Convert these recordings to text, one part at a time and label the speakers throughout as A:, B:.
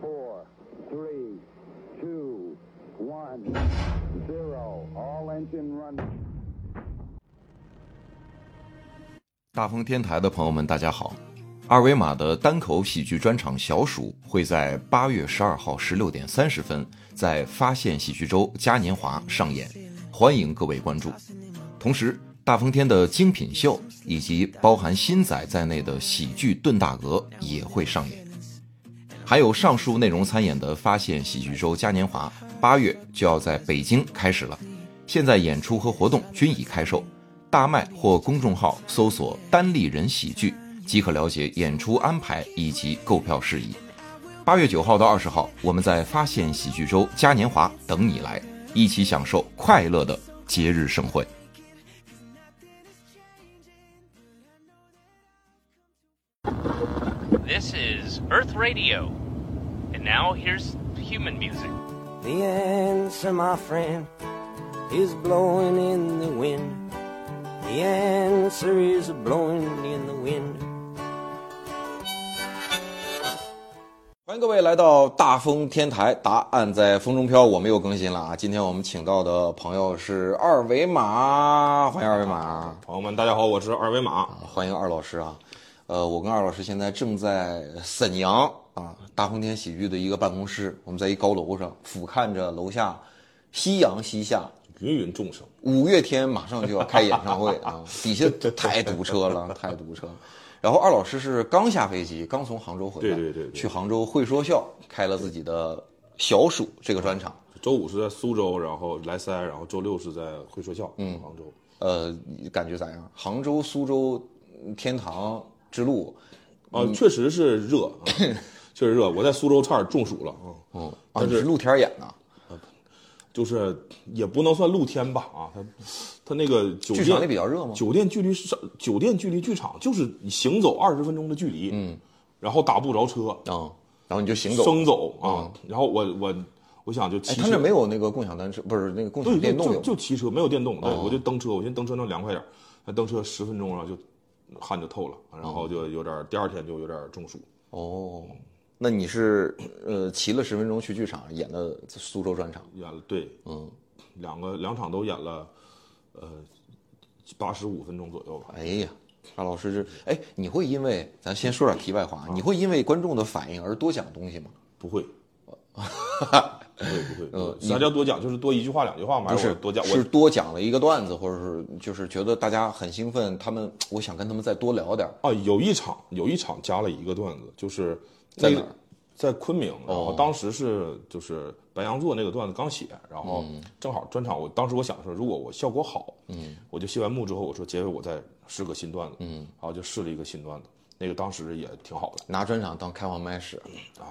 A: four, three, two, one, zero. All engine running.
B: 大风天台的朋友们，大家好！二维码的单口喜剧专场《小暑》会在八月十二号十六点三十分在发现喜剧周嘉年华上演，欢迎各位关注。同时，大风天的精品秀以及包含新仔在内的喜剧《炖大鹅》也会上演。还有上述内容参演的发现喜剧周嘉年华，八月就要在北京开始了。现在演出和活动均已开售，大麦或公众号搜索“单立人喜剧”即可了解演出安排以及购票事宜。八月九号到二十号，我们在发现喜剧周嘉年华等你来，一起享受快乐的节日盛会。
C: This is Earth Radio. And now here's human music.
D: The answer, my friend, is blowing in the wind. The answer is blowing in the wind.
B: 欢迎各位来到大风天台，答案在风中飘。我们又更新了啊！今天我们请到的朋友是二维码，欢迎二维码，
E: 朋友们，大家好，我是二维码。
B: 欢迎二老师啊！呃，我跟二老师现在正在沈阳啊大风天喜剧的一个办公室，我们在一高楼上俯瞰着楼下夕阳西下。
E: 芸芸众生，
B: 五月天马上就要开演唱会 啊，底下太堵车 了，太堵车了。然后二老师是刚下飞机，刚从杭州回来，
E: 对对对对
B: 去杭州会说笑开了自己的小暑这个专场。
E: 周五是在苏州，然后莱塞，然后周六是在会说笑，嗯，杭州。
B: 呃，感觉咋样？杭州、苏州、天堂之路，
E: 啊，确实是热， 啊确实热。我在苏州差点中暑了啊，
B: 嗯，啊，
E: 但
B: 你
E: 是
B: 是露天演的，
E: 就是也不能算露天吧啊，它它那个酒
B: 剧
E: 店
B: 场里比较热吗？
E: 酒店距离上酒店距离剧场就是你行走二十分钟的距离，嗯，然后打不着车，
B: 啊，然后你就行走。嗯
E: 生走啊，然后我我我想就
B: 哎，
E: 骑车，
B: 他那没有那个共享单车，不是那个共
E: 对
B: 享
E: 对，
B: 电动有
E: 就
B: 吗哦
E: 就骑车，没有电动，对，我就蹬车，我寻思蹬车能凉快点儿，那蹬车十分钟，然后就汗就透了，然后就有点儿，第二天就有点儿中暑。
B: 哦，那你是呃骑了十分钟去剧场演的苏州专场，
E: 演了对，
B: 嗯，
E: 两个两场都演了，呃，八十五分钟左右吧。
B: 哎呀，沙老师这，哎，你会因为咱先说点题外话，你会因为观众的反应而多讲东西吗？
E: 不会，不会不会不
B: 呃
E: 会，啥叫多讲？就是多一句话两句话嘛，
B: 不
E: 还
B: 是
E: 我多讲
B: 是
E: 我。
B: 多讲了一个段子，或者是就是觉得大家很兴奋，他们我想跟他们再多聊点儿。
E: 啊，有一场有一场加了一个段子，就是
B: 在
E: 那
B: 哪
E: 个
B: 儿哦
E: 在昆明，然后当时是就是白羊座那个段子刚写，然后
B: 嗯
E: 正好专场，我当时我想说，如果我效果好，嗯，我就谢完幕之后，我说结尾我再试个新段子，嗯，然后就试了一个新段子，那个当时也挺好的，
B: 拿专场当开放麦使，
E: 嗯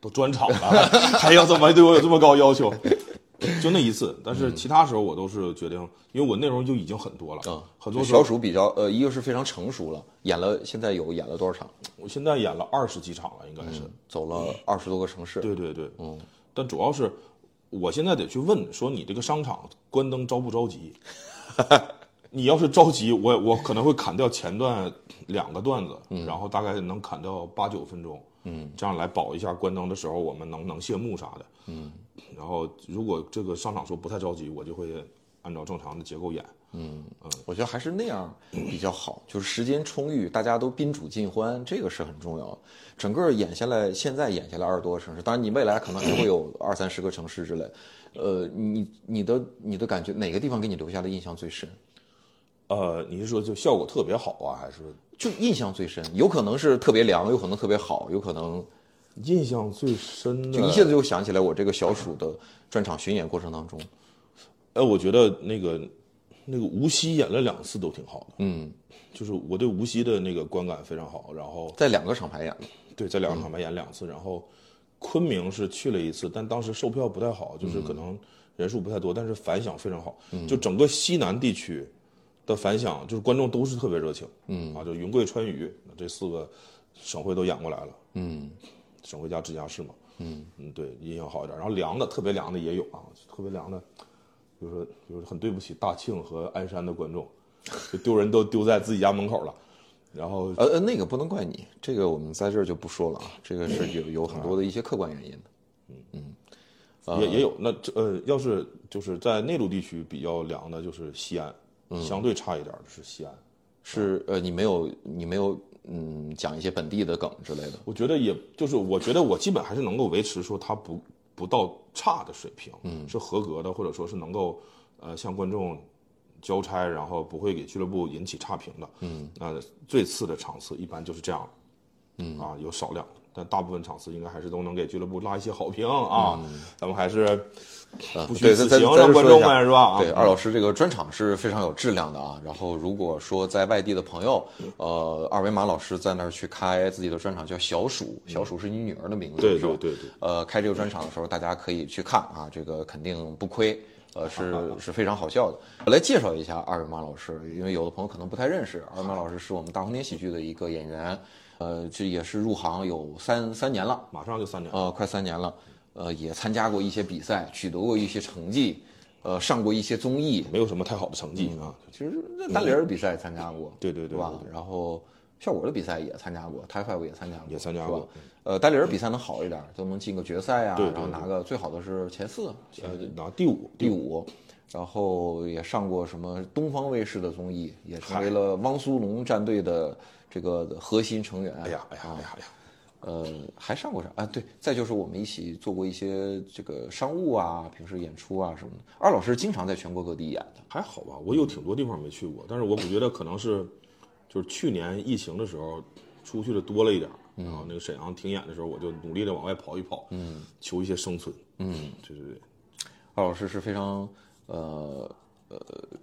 E: 都专场了， 还要怎么对我有这么高要求？就那一次，
B: 嗯
E: 但是其他时候我都是决定，因为我内容就已经很多了，很多时
B: 嗯小
E: 候
B: 鼠比较呃，一个是非常成熟了，演了现在有演了多少场？嗯
E: 我现在演了二十几场了，应该是，
B: 走了二十多个城市。
E: 嗯对对对，嗯，但主要是我现在得去问，说你这个商场关灯着不着 急？你要是着急，我我可能会砍掉前段两个段子，然后大概能砍掉八九分钟，嗯，这样来保一下关灯的时候我们能能谢幕啥的，嗯，然后如果这个商场说不太着急，我就会按照正常的结构演，
B: 我觉得还是那样比较好，就是时间充裕，大家都宾主尽欢，这个是很重要的。整个演下来，现在演下来二十多个城市，当然你未来可能还会有二三十个城市之类。呃，你你的你的感觉，哪个地方给你留下的印象最深？
E: 呃，你是说就效果特别好啊，还是
B: 就印象最深，有可能是特别凉，有可能特别好，有可能
E: 印象最深的？
B: 就一下子就想起来我这个小暑的专场巡演过程当中，
E: 哎，我觉得那个那个无锡演了两次都挺好的，
B: 嗯，
E: 就是我对无锡的那个观感非常好。然后
B: 在两个厂牌演的，
E: 对，在两个场牌演两次，然后昆明是去了一次，但当时售票不太好，就是可能人数不太多，但是反响非常好。就整个西南地区的反响，就是观众都是特别热情，嗯啊，就云贵、川渝这四个省会都演过来了，嗯，省会加直辖市嘛，嗯嗯，对，印象好一点。然后凉的特别凉的也有啊，特别凉的，比如说比如说很对不起大庆和鞍山的观众，就丢人都丢在自己家门口了。然后
B: 呃呃，那个不能怪你，这个我们在这儿就不说了啊，这个是有有很多的一些客观原因的。啊
E: 也也有那这呃，要是就是在内陆地区比较凉的，就是西安，
B: 嗯
E: 相对差一点儿的是西安。
B: 是呃，你没有你没有嗯讲一些本地的梗之类的。
E: 我觉得也就是，我觉得我基本还是能够维持说它不不到差的水平，嗯，是合格的，或者说是能够呃向观众交差，然后不会给俱乐部引起差评的，嗯，那、最次的场次一般就是这样，嗯啊有少量，但大部分场次应该还是都能给俱乐部拉一些好评啊，咱们还是不
B: 嗯
E: 虚
B: 啊对，
E: 此
B: 再再
E: 行，
B: 再
E: 让观
B: 说一
E: 众
B: 下
E: 们是吧？啊
B: 对，二老师这个专场是非常有质量的啊。然后，如果说在外地的朋友，呃，二维码老师在那儿去开自己的专场，叫小鼠，小鼠是你女儿的名字，
E: 嗯对
B: 是吧？
E: 对对对
B: 呃，开这个专场的时候，大家可以去看啊，这个肯定不亏。呃，是是非常好笑的。我来介绍一下二维码老师，因为有的朋友可能不太认识，二维码老师是我们大红天喜剧的一个演员，呃，这也是入行有三三年了，
E: 马上就三年，
B: 呃，快三年了，呃，也参加过一些比赛，取得过一些成绩，呃，上过一些综艺。
E: 没有什么太好的成绩啊，
B: 其实那单立人比赛也参加过，
E: 嗯对对对
B: 吧
E: 对？
B: 然后效果的比赛也参加过 t i f i 也参加过，
E: 也参加
B: 是吧
E: 过嗯
B: 呃，单立人比赛能好一点，都能进个决赛啊，
E: 对对
B: 然后拿个最好的是前四、前
E: 呃，拿第五，
B: 第五。然后也上过什么东方卫视的综艺，也成为了汪苏泷战队的这个核心成员。
E: 哎呀哎呀
B: 啊
E: 哎呀哎呀，
B: 呃，还上过啥啊？对，再就是我们一起做过一些这个商务啊，平时演出啊什么的。二老师经常在全国各地演的，
E: 还好吧，我有挺多地方没去过，但是我总觉得可能是，就是去年疫情的时候出去的多了一点儿，
B: 嗯
E: 然后那个沈阳停演的时候，我就努力的往外跑一跑，嗯，求一些生存，嗯，对对对，
B: 二老哦师是非常呃呃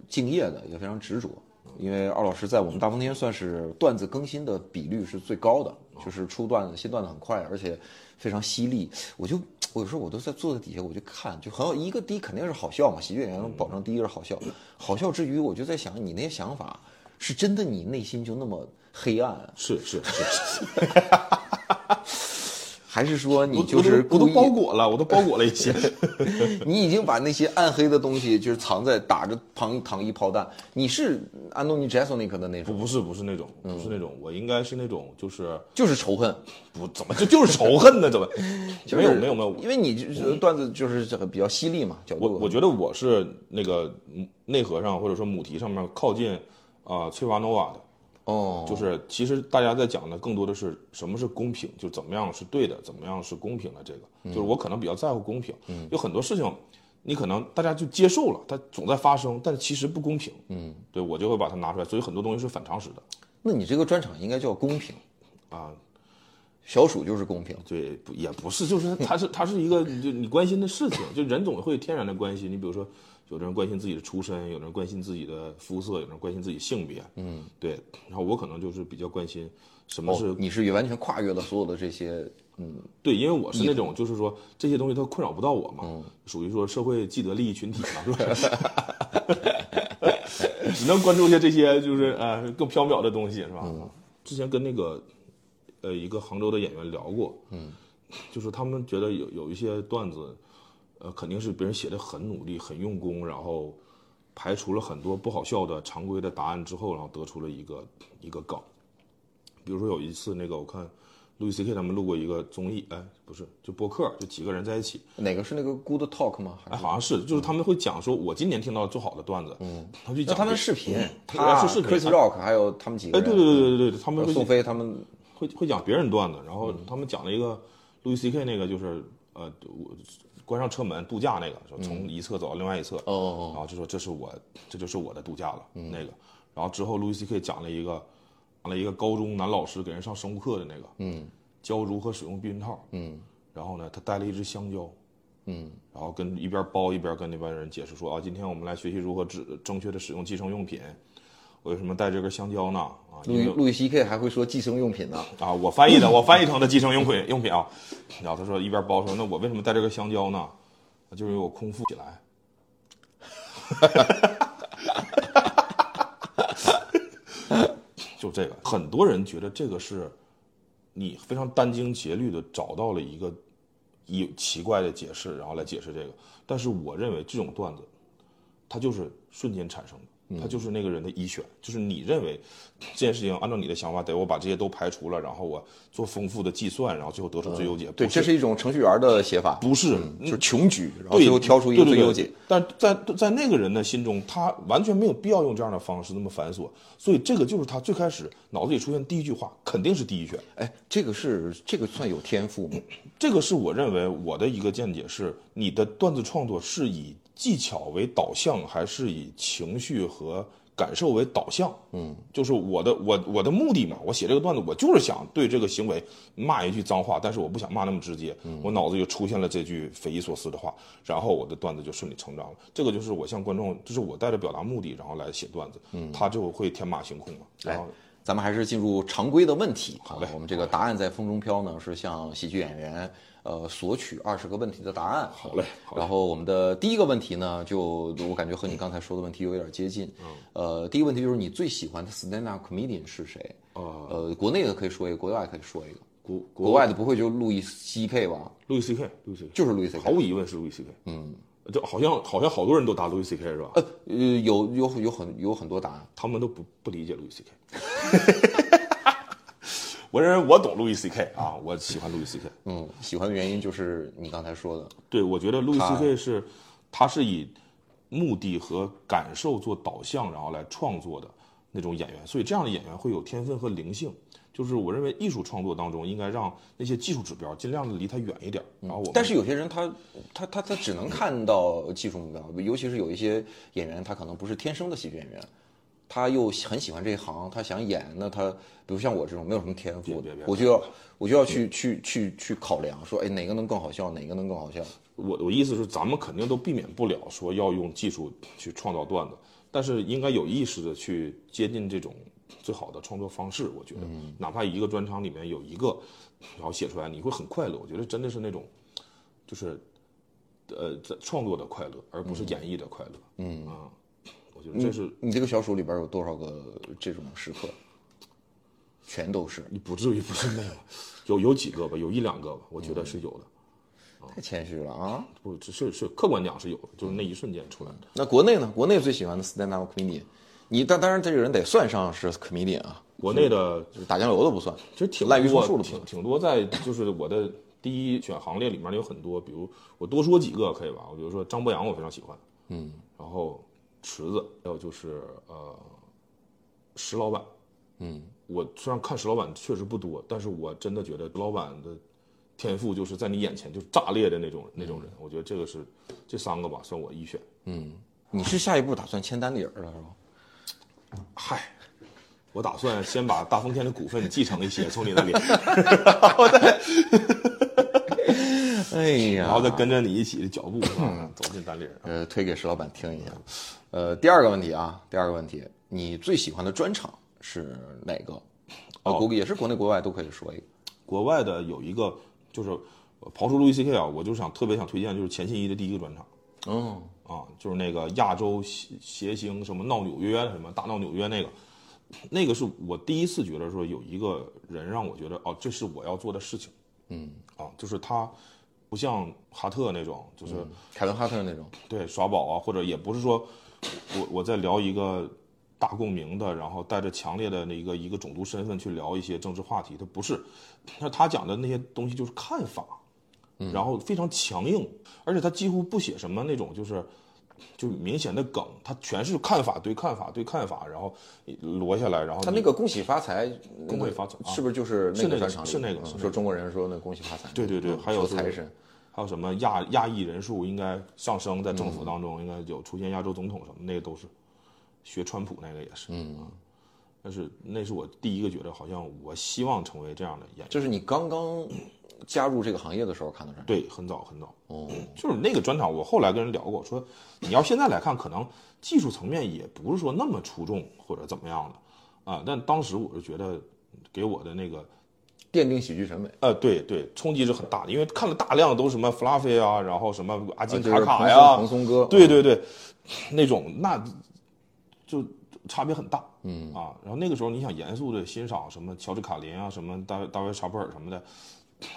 B: 敬业的，也非常执着。因为二老师在我们大风天算是段子更新的比率是最高的，就是出段子、新段子很快，而且非常犀利。我就我有时候我都在坐在底下，我就看，就很好。一个第一肯定是好笑嘛，喜剧演员保证第一是好笑。
E: 嗯
B: 好笑之余，我就在想，你那些想法是真的，你内心就那么黑暗、
E: 是是是是，
B: 还是说 你
E: 我
B: 就是
E: 我
B: 故
E: 都我都包
B: 意？
E: 裹了，我都包裹了一 些，
B: 你已经把那些暗黑的东西就是藏在打着糖糖衣炮弹。你是安东尼·杰索尼克的那
E: 不
B: 种，
E: 不是不是那种，不
B: 嗯
E: 是那种，我应该是那种就是
B: 就是仇恨，
E: 不怎么就就是仇恨呢，怎么
B: 就是
E: 没有没有没有，
B: 因为你就是段子就是这个比较犀利嘛，角
E: 我
B: 度。
E: 我觉得我是那个嗯内核上或者说母题上面靠近啊、呃崔娃诺瓦的，
B: 哦，
E: 就是其实大家在讲的更多的是什么是公平，就怎么样是对的，怎么样是公平的这个，就是我可能比较在乎公平，有很多事情你可能大家就接受了，它总在发生，但其实不公平，嗯，对我就会把它拿出来，所以很多东西是反常识的
B: 那你这个专场应该叫公平，
E: 啊，
B: 小鼠就是公平。
E: 对，不也不是，就是它是它是一个你就你关心的事情，就人总会天然的关心。你比如说，有的人关心自己的出身，有的人关心自己的肤色，有的人关心自己性别，嗯，对。然后我可能就是比较关心什么是、
B: 哦，你是完全跨越了所有的这些，
E: 对，因为我是那种就是说这些东西它困扰不到我嘛，属于说社会既得利益群体嘛，是吧？ 只能关注一些这些就是呃更缥缈的东西，是吧？之前跟那个呃一个杭州的演员聊过，嗯，就是他们觉得有有一些段子，呃，肯定是别人写的很努力、很用功，然后排除了很多不好笑的常规的答案之后，然后得出了一个一个梗。比如说有一次那个我看路易 C K 他们录过一个综艺，哎，不是，就播客，就几个人在一起，
B: 哪个是那个 Good Talk 吗？还
E: 哎，
B: 是
E: 好像是，就是他们会讲说，我今年听到最好的段子，嗯，他们去
B: 那
E: 讲
B: 他们
E: 这
B: 视频，
E: 哎
B: 他
E: 是视频
B: Chris Rock 还有他们几个
E: 哎，
B: 人，
E: 对对对对对，他们
B: 还有
E: 会
B: 宋飞嗯他们
E: 会会讲别人段子，然后他们讲了一个路易 C K 那个就是呃，我关上车门度假那个，说
B: 嗯
E: 从一侧走到另外一侧，
B: 哦
E: 然后就说这是我这就是我的度假了，那个，然后之后路易 C K 讲了一个讲了一个高中男老师给人上生物课的那个，嗯，教如何使用避孕套，嗯，然后呢，他带了一只香蕉，然后跟一边包一边跟那帮人解释说啊，今天我们来学习如何正正确的使用计生用品。我为什么带这根香蕉呢？啊，
B: 路
E: 因
B: 易
E: 为
B: 路易 C K 还会说计生用品呢。
E: 啊，我翻译的，我翻译成的计生用品用品啊。然后他说一边包说，那我为什么带这个香蕉呢？就是因为我空腹起来。 就这个，很多人觉得这个是你非常殚精竭虑的找到了一个以奇怪的解释，然后来解释这个。但是我认为这种段子，它就是瞬间产生的。
B: 嗯
E: 他就是那个人的一选，就是你认为这件事情按照你的想法，得我把这些都排除了，然后我做丰富的计算，然后最后得出最优解。
B: 对，
E: 不
B: 这是一种程序员的写法，
E: 不是
B: 就
E: 嗯
B: 是穷举，然后
E: 对，
B: 最后挑出一个
E: 对对
B: 最优
E: 对
B: 解。
E: 但在在那个人的心中，他完全没有必要用这样的方式那么繁琐，所以这个就是他最开始脑子里出现第一句话，肯定是第一选。
B: 哎，这个是这个算有天赋吗？
E: 这个是我认为我的一个见解是，你的段子创作是以技巧为导向，还是以情绪和感受为导向？嗯，就是我的我我的目的嘛，我写这个段子，我就是想对这个行为骂一句脏话，但是我不想骂那么直接，我脑子就出现了这句匪夷所思的话，然后我的段子就顺理成章了。这个就是我向观众，这是我带着表达目的然后来写段子，嗯，哎他就会天马行空嘛。然
B: 来
E: 后，
B: 咱们还是进入常规的问题。好
E: 嘞
B: 我们这个答案在风中飘呢，是向喜剧演员呃索取二十个问题的答案。好
E: 嘞好嘞
B: 然后我们的第一个问题呢，就我感觉和你刚才说的问题有点接近。
E: 嗯
B: 呃，第一个问题就是你最喜欢的 stand up comedian 是谁？
E: 啊
B: 呃，国内的可以说一个，国外可以说一个。
E: 国
B: 国外的不会就路易 C K 吧？
E: 路易 C K，路易 C K
B: 就是路易 C
E: 毫
B: K。
E: 无疑问是路易 C K。嗯，就好像好像好多人都答路易 C K 是吧？
B: 呃，呃有有有很有很多答案。
E: 他们都不不理解路易 C K。我认为我懂路易 C K 啊，我喜欢路易 C K。
B: 嗯，喜欢的原因就是你刚才说的。
E: 对，我觉得路易 C K 是，他是以目的和感受做导向，然后来创作的那种演员，所以这样的演员会有天分和灵性。就是我认为艺术创作当中应该让那些技术指标尽量的离他远一点。然后我们
B: 但是有些人他他他他只能看到技术目标，尤其是有一些演员，他可能不是天生的喜剧演员，他又很喜欢这一行，他想演，那他比如像我这种没有什么天赋的
E: 别别，
B: 我就要我就要去去去去考量，说哎哪个能更好笑，哪个能更好笑。
E: 我我意思是，咱们肯定都避免不了说要用技术去创造段子，但是应该有意识的去接近这种最好的创作方式。我觉得，哪怕一个专场里面有一个，然后写出来，你会很快乐。我觉得真的是那种，就是，呃，在创作的快乐，而不是演绎的快乐。嗯啊，我觉得这是
B: 你这个小鼠里边有多少个这种时刻？全都是，
E: 你不至于不是那样，有有几个吧，有一两个吧，我觉得是有的。
B: 太谦虚了啊！
E: 不，这是是客观讲是有的，就是那一瞬间出来的。
B: 那国内呢？国内最喜欢的 stand up comedian，你但当然这个人得算上是 comedian 啊，
E: 国内的
B: 就是打酱油的不算，
E: 其实挺
B: 滥竽充
E: 多
B: 数的不
E: 挺
B: 算。
E: 挺多在就是我的第一选行列里面有很多，比如我多说几个可以吧？我比如说张博洋，我非常喜欢，嗯，然后池子，还有就是呃石老板，嗯，我虽然看石老板确实不多，但是我真的觉得石老板的天赋就是在你眼前就是炸裂的那种那种人，我觉得这个是这三个吧，算我一选。
B: 嗯你是下一步打算签单底儿啊了是吧？
E: 嗨，我打算先把大风天的股份继承一些从你 那里，
B: 哎呀，
E: 然后再跟着你一起的脚步 啊走进单立人。
B: 呃推给石老板听一下。呃，第二个问题啊，第二个问题，你最喜欢的专场是哪个？啊，
E: 哦
B: 国也是国内国外都可以说一个。
E: 国外的有一个就是呃刨除路易 C K 啊，我就想特别想推荐就是钱信一的第一个专场
B: 哦，
E: 啊，就是那个亚洲谐谐星什么闹纽约啊什么大闹纽约那个， 那个是我第一次觉得说有一个人让我觉得哦，这是我要做的事情，嗯啊，就是他不像哈特那种，就是、
B: 凯文哈特那种，
E: 对耍宝啊，或者也不是说我我在聊一个大共鸣的，然后带着强烈的那一个一个种族身份去聊一些政治话题，他不是，那他讲的那些东西就是看法，
B: 嗯
E: 然后非常强硬，而且他几乎不写什么那种就是。就明显的梗，他全是看法对看法对看法，然后摞下来，然后
B: 他
E: 你
B: 那个恭喜发财，那个
E: 恭喜发财啊
B: 是不是就是
E: 是那
B: 个
E: 个
B: 专场里
E: 是那个
B: 嗯
E: 是那个
B: 说中国人说那恭喜发财？
E: 对对对，
B: 嗯
E: 还有
B: 说
E: 就
B: 财
E: 是
B: 神。
E: 还有什么亚亚裔人数应该上升，在政府当中应该有出现亚洲总统什么，那个都是学川普那个也是，嗯，但是那是我第一个觉得好像我希望成为这样的演员，
B: 这是你刚刚加入这个行业的时候看的专场。
E: 对，很早很早，
B: 哦，
E: 就是那个专场，我后来跟人聊过，说你要现在来看，可能技术层面也不是说那么出众或者怎么样的啊，但当时我是觉得给我的那个
B: 奠定喜剧审美。
E: 呃，对对，冲击是很大的，因为看了大量都是什么 Fluffy 啊，然后什么阿金卡卡呀、
B: 啊就是蓬松蓬松哥
E: 对对对，那种那就差别很大，嗯啊，然后那个时候你想严肃的欣赏什么乔治卡林啊，什么大大卫查普尔什么的，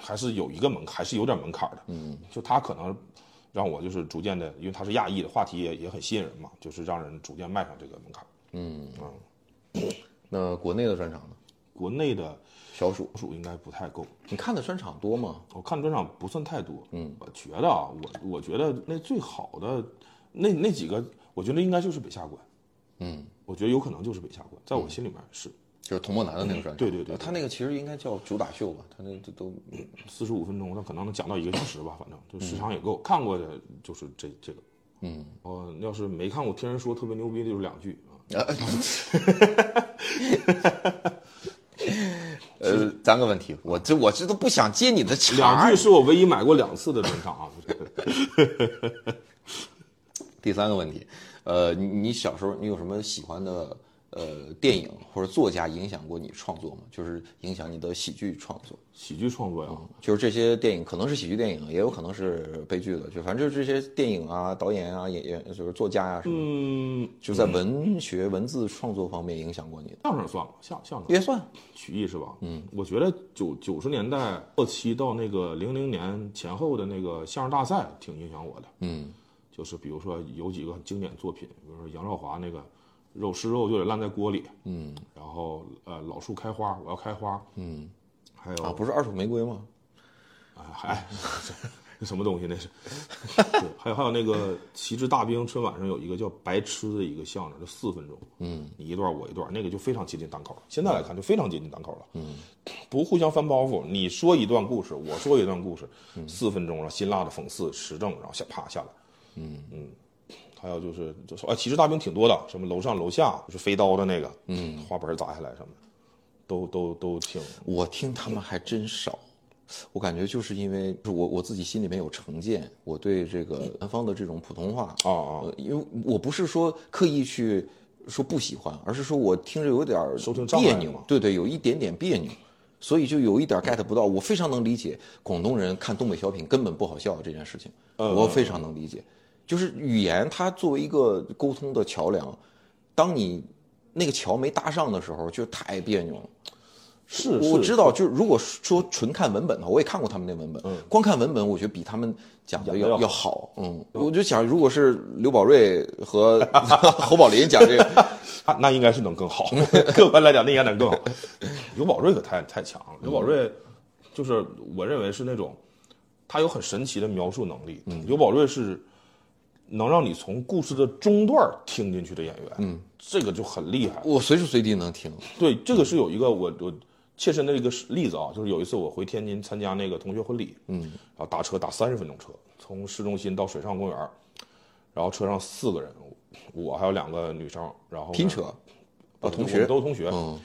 E: 还是有一个门槛，还是有点门槛的，嗯，就他可能让我就是逐渐的，因为他是亚裔的话题也也很吸引人嘛，就是让人逐渐迈上这个门槛。
B: 那国内的专场呢？
E: 国内的
B: 小暑，
E: 数应该不太够，
B: 你看的专场多吗？
E: 我看专场不算太多。嗯，我觉得啊，我我觉得那最好的那那几个，我觉得应该就是北下关。嗯，我觉得有可能就是北下关，在我心里面是
B: 就是童漠男的那个专场。
E: 对对对对
B: 他那个其实应该叫主打秀吧？他那这都
E: 四十五分钟，他可能能讲到一个小时吧，反正就时长也够。看过的就是这这个，嗯，我要是没看过，听人说特别牛逼的就是两句
B: 啊，
E: 啊，
B: 呃，三个问题，我这我这都不想接你的茬
E: 两
B: 儿
E: 句。是我唯一买过两次的专场啊。
B: 第三个问题，呃，你你小时候你有什么喜欢的呃电影或者作家影响过你创作吗？就是影响你的喜剧创作，
E: 喜剧创作呀，
B: 就是这些电影可能是喜剧电影，也有可能是悲剧的，就反正就是这些电影啊、导演啊、演员就是作家啊什么的，
E: 嗯，
B: 就在文学文字创作方面影响过你的，
E: 相声算了，相相声
B: 也算
E: 曲艺是吧？嗯，我觉得九九十年代末期到那个零零年前后的那个相声大赛挺影响我的。
B: 嗯，
E: 就是比如说有几个很经典作品，比如说杨少华那个肉吃肉就得烂在锅里，嗯，然后呃老树开花，我要开花，嗯，还有
B: 啊，不是二手玫瑰吗？
E: 哎， 这什么东西那是？对，还有还有那个《旗帜大兵》，春晚上有一个叫“白痴”的一个相声，就四分钟，嗯，你一段我一段，那个就非常接近单口了。现在来看就非常接近单口了，嗯，不互相翻包袱，你说一段故事，我说一段故事，四分钟了，辛辣的讽刺时政，然后下啪下来，嗯嗯，还有就是就是哎，《旗帜大兵》挺多的，什么楼上楼下就是飞刀的那个，嗯，花盆砸下来什么的，都都都挺
B: 我听他们还真少，我感觉就是因为就是我我自己心里面有成见，我对这个南方的这种普通话
E: 啊啊
B: 呃，因为我不是说刻意去说不喜欢，而是说我听着有点儿
E: 收听障碍嗯
B: 别扭
E: 嘛，
B: 对对，有一点点别扭，所以就有一点儿 get 不到。我非常能理解广东人看东北小品根本不好笑这件事情，
E: 呃
B: 我非常能理解。就是语言它作为一个沟通的桥梁，当你那个桥没搭上的时候，就太别扭了。
E: 是，
B: 我
E: 是
B: 知道，就是如果说纯看文本的话，我也看过他们那文本。光看文本，我觉得比他们讲的
E: 讲
B: 要
E: 得
B: 要
E: 要
B: 好。嗯，我就想，如果是刘宝瑞 和侯宝林讲这个，
E: 那那应该是能更好， 客观来讲，那应该能更好。刘宝瑞可太太强了，刘宝瑞就是我认为是那种，他有很神奇的描述能力。刘宝瑞是能让你从故事的中段儿听进去的演员，嗯，这个就很厉害。
B: 我随时随地能听。
E: 对，这个是有一个我我切身的一个实例子啊，就是有一次我回天津参加那个同学婚礼，嗯，然后打车打三十分钟车，从市中心到水上公园儿，然后车上四个人，我还有两个女生，然后呢
B: 拼车，
E: 啊，
B: 哦同
E: 我们
B: 学
E: 都是同学，
B: 嗯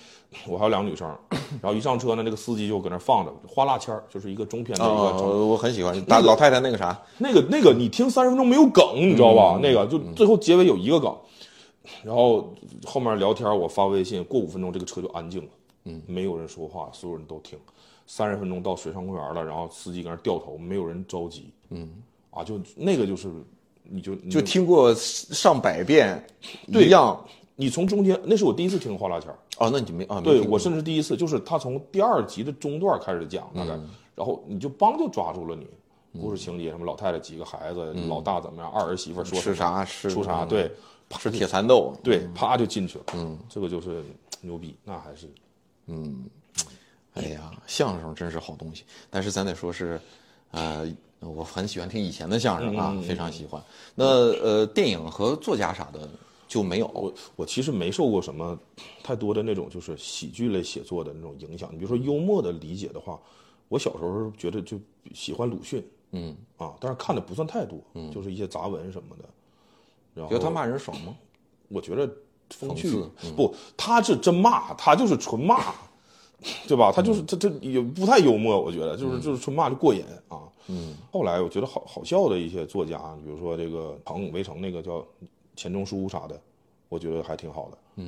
E: 我还有两个女生，然后一上车呢，那个司机就搁那放着花蜡签儿，就是一个中篇的
B: 啊，
E: 一个长
B: 我我很喜欢大老太太那个啥，
E: 那个那个你听三十分钟没有梗，你知道
B: 嗯
E: 吧？那个就最后结尾有一个梗，然后后面聊天我发微信，过五分钟这个车就安静了，嗯，没有人说话，所有人都听。三十分钟到水上公园了，然后司机搁那掉头，没有人着急，嗯，啊，就那个就是你就你
B: 就听过上百遍
E: 对
B: 一样。
E: 你从中间，那是我第一次听花蜡签儿，
B: 哦，那你没啊？没
E: 对
B: 听过
E: 我甚至第一次就是他从第二集的中段开始讲，大概，
B: 嗯
E: 然后你就帮就抓住了你故事情节，什么老太太几个孩子，老大怎么样，二儿媳妇儿说
B: 嗯吃
E: 什
B: 啥
E: 么
B: 吃
E: 说啥，
B: 嗯
E: 对
B: 吃铁蚕豆。
E: 对，啪就进去了，嗯，这个就是牛逼，那还是
B: 哎呀，相声真是好东西，但是咱得说是，呃，我很喜欢听以前的相声啊，
E: 嗯
B: 非常喜欢。那呃，电影和作家啥的就没有。
E: 我我其实没受过什么太多的那种就是喜剧类写作的那种影响。你比如说幽默的理解的话，我小时候觉得就喜欢鲁迅，嗯啊，但是看的不算太多，嗯，就是一些杂文什么的。然
B: 觉得
E: 后
B: 他骂人爽吗？
E: 我觉得风趣
B: 讽刺嗯
E: 不，他是真骂，他就是纯骂， 对吧？他就是
B: 嗯
E: 他他也不太幽默，我觉得就是就是纯骂就过瘾啊。嗯，后来我觉得好好笑的一些作家，比如说这个《唐围城》那个叫钱钟书啥的，我觉得还挺好的。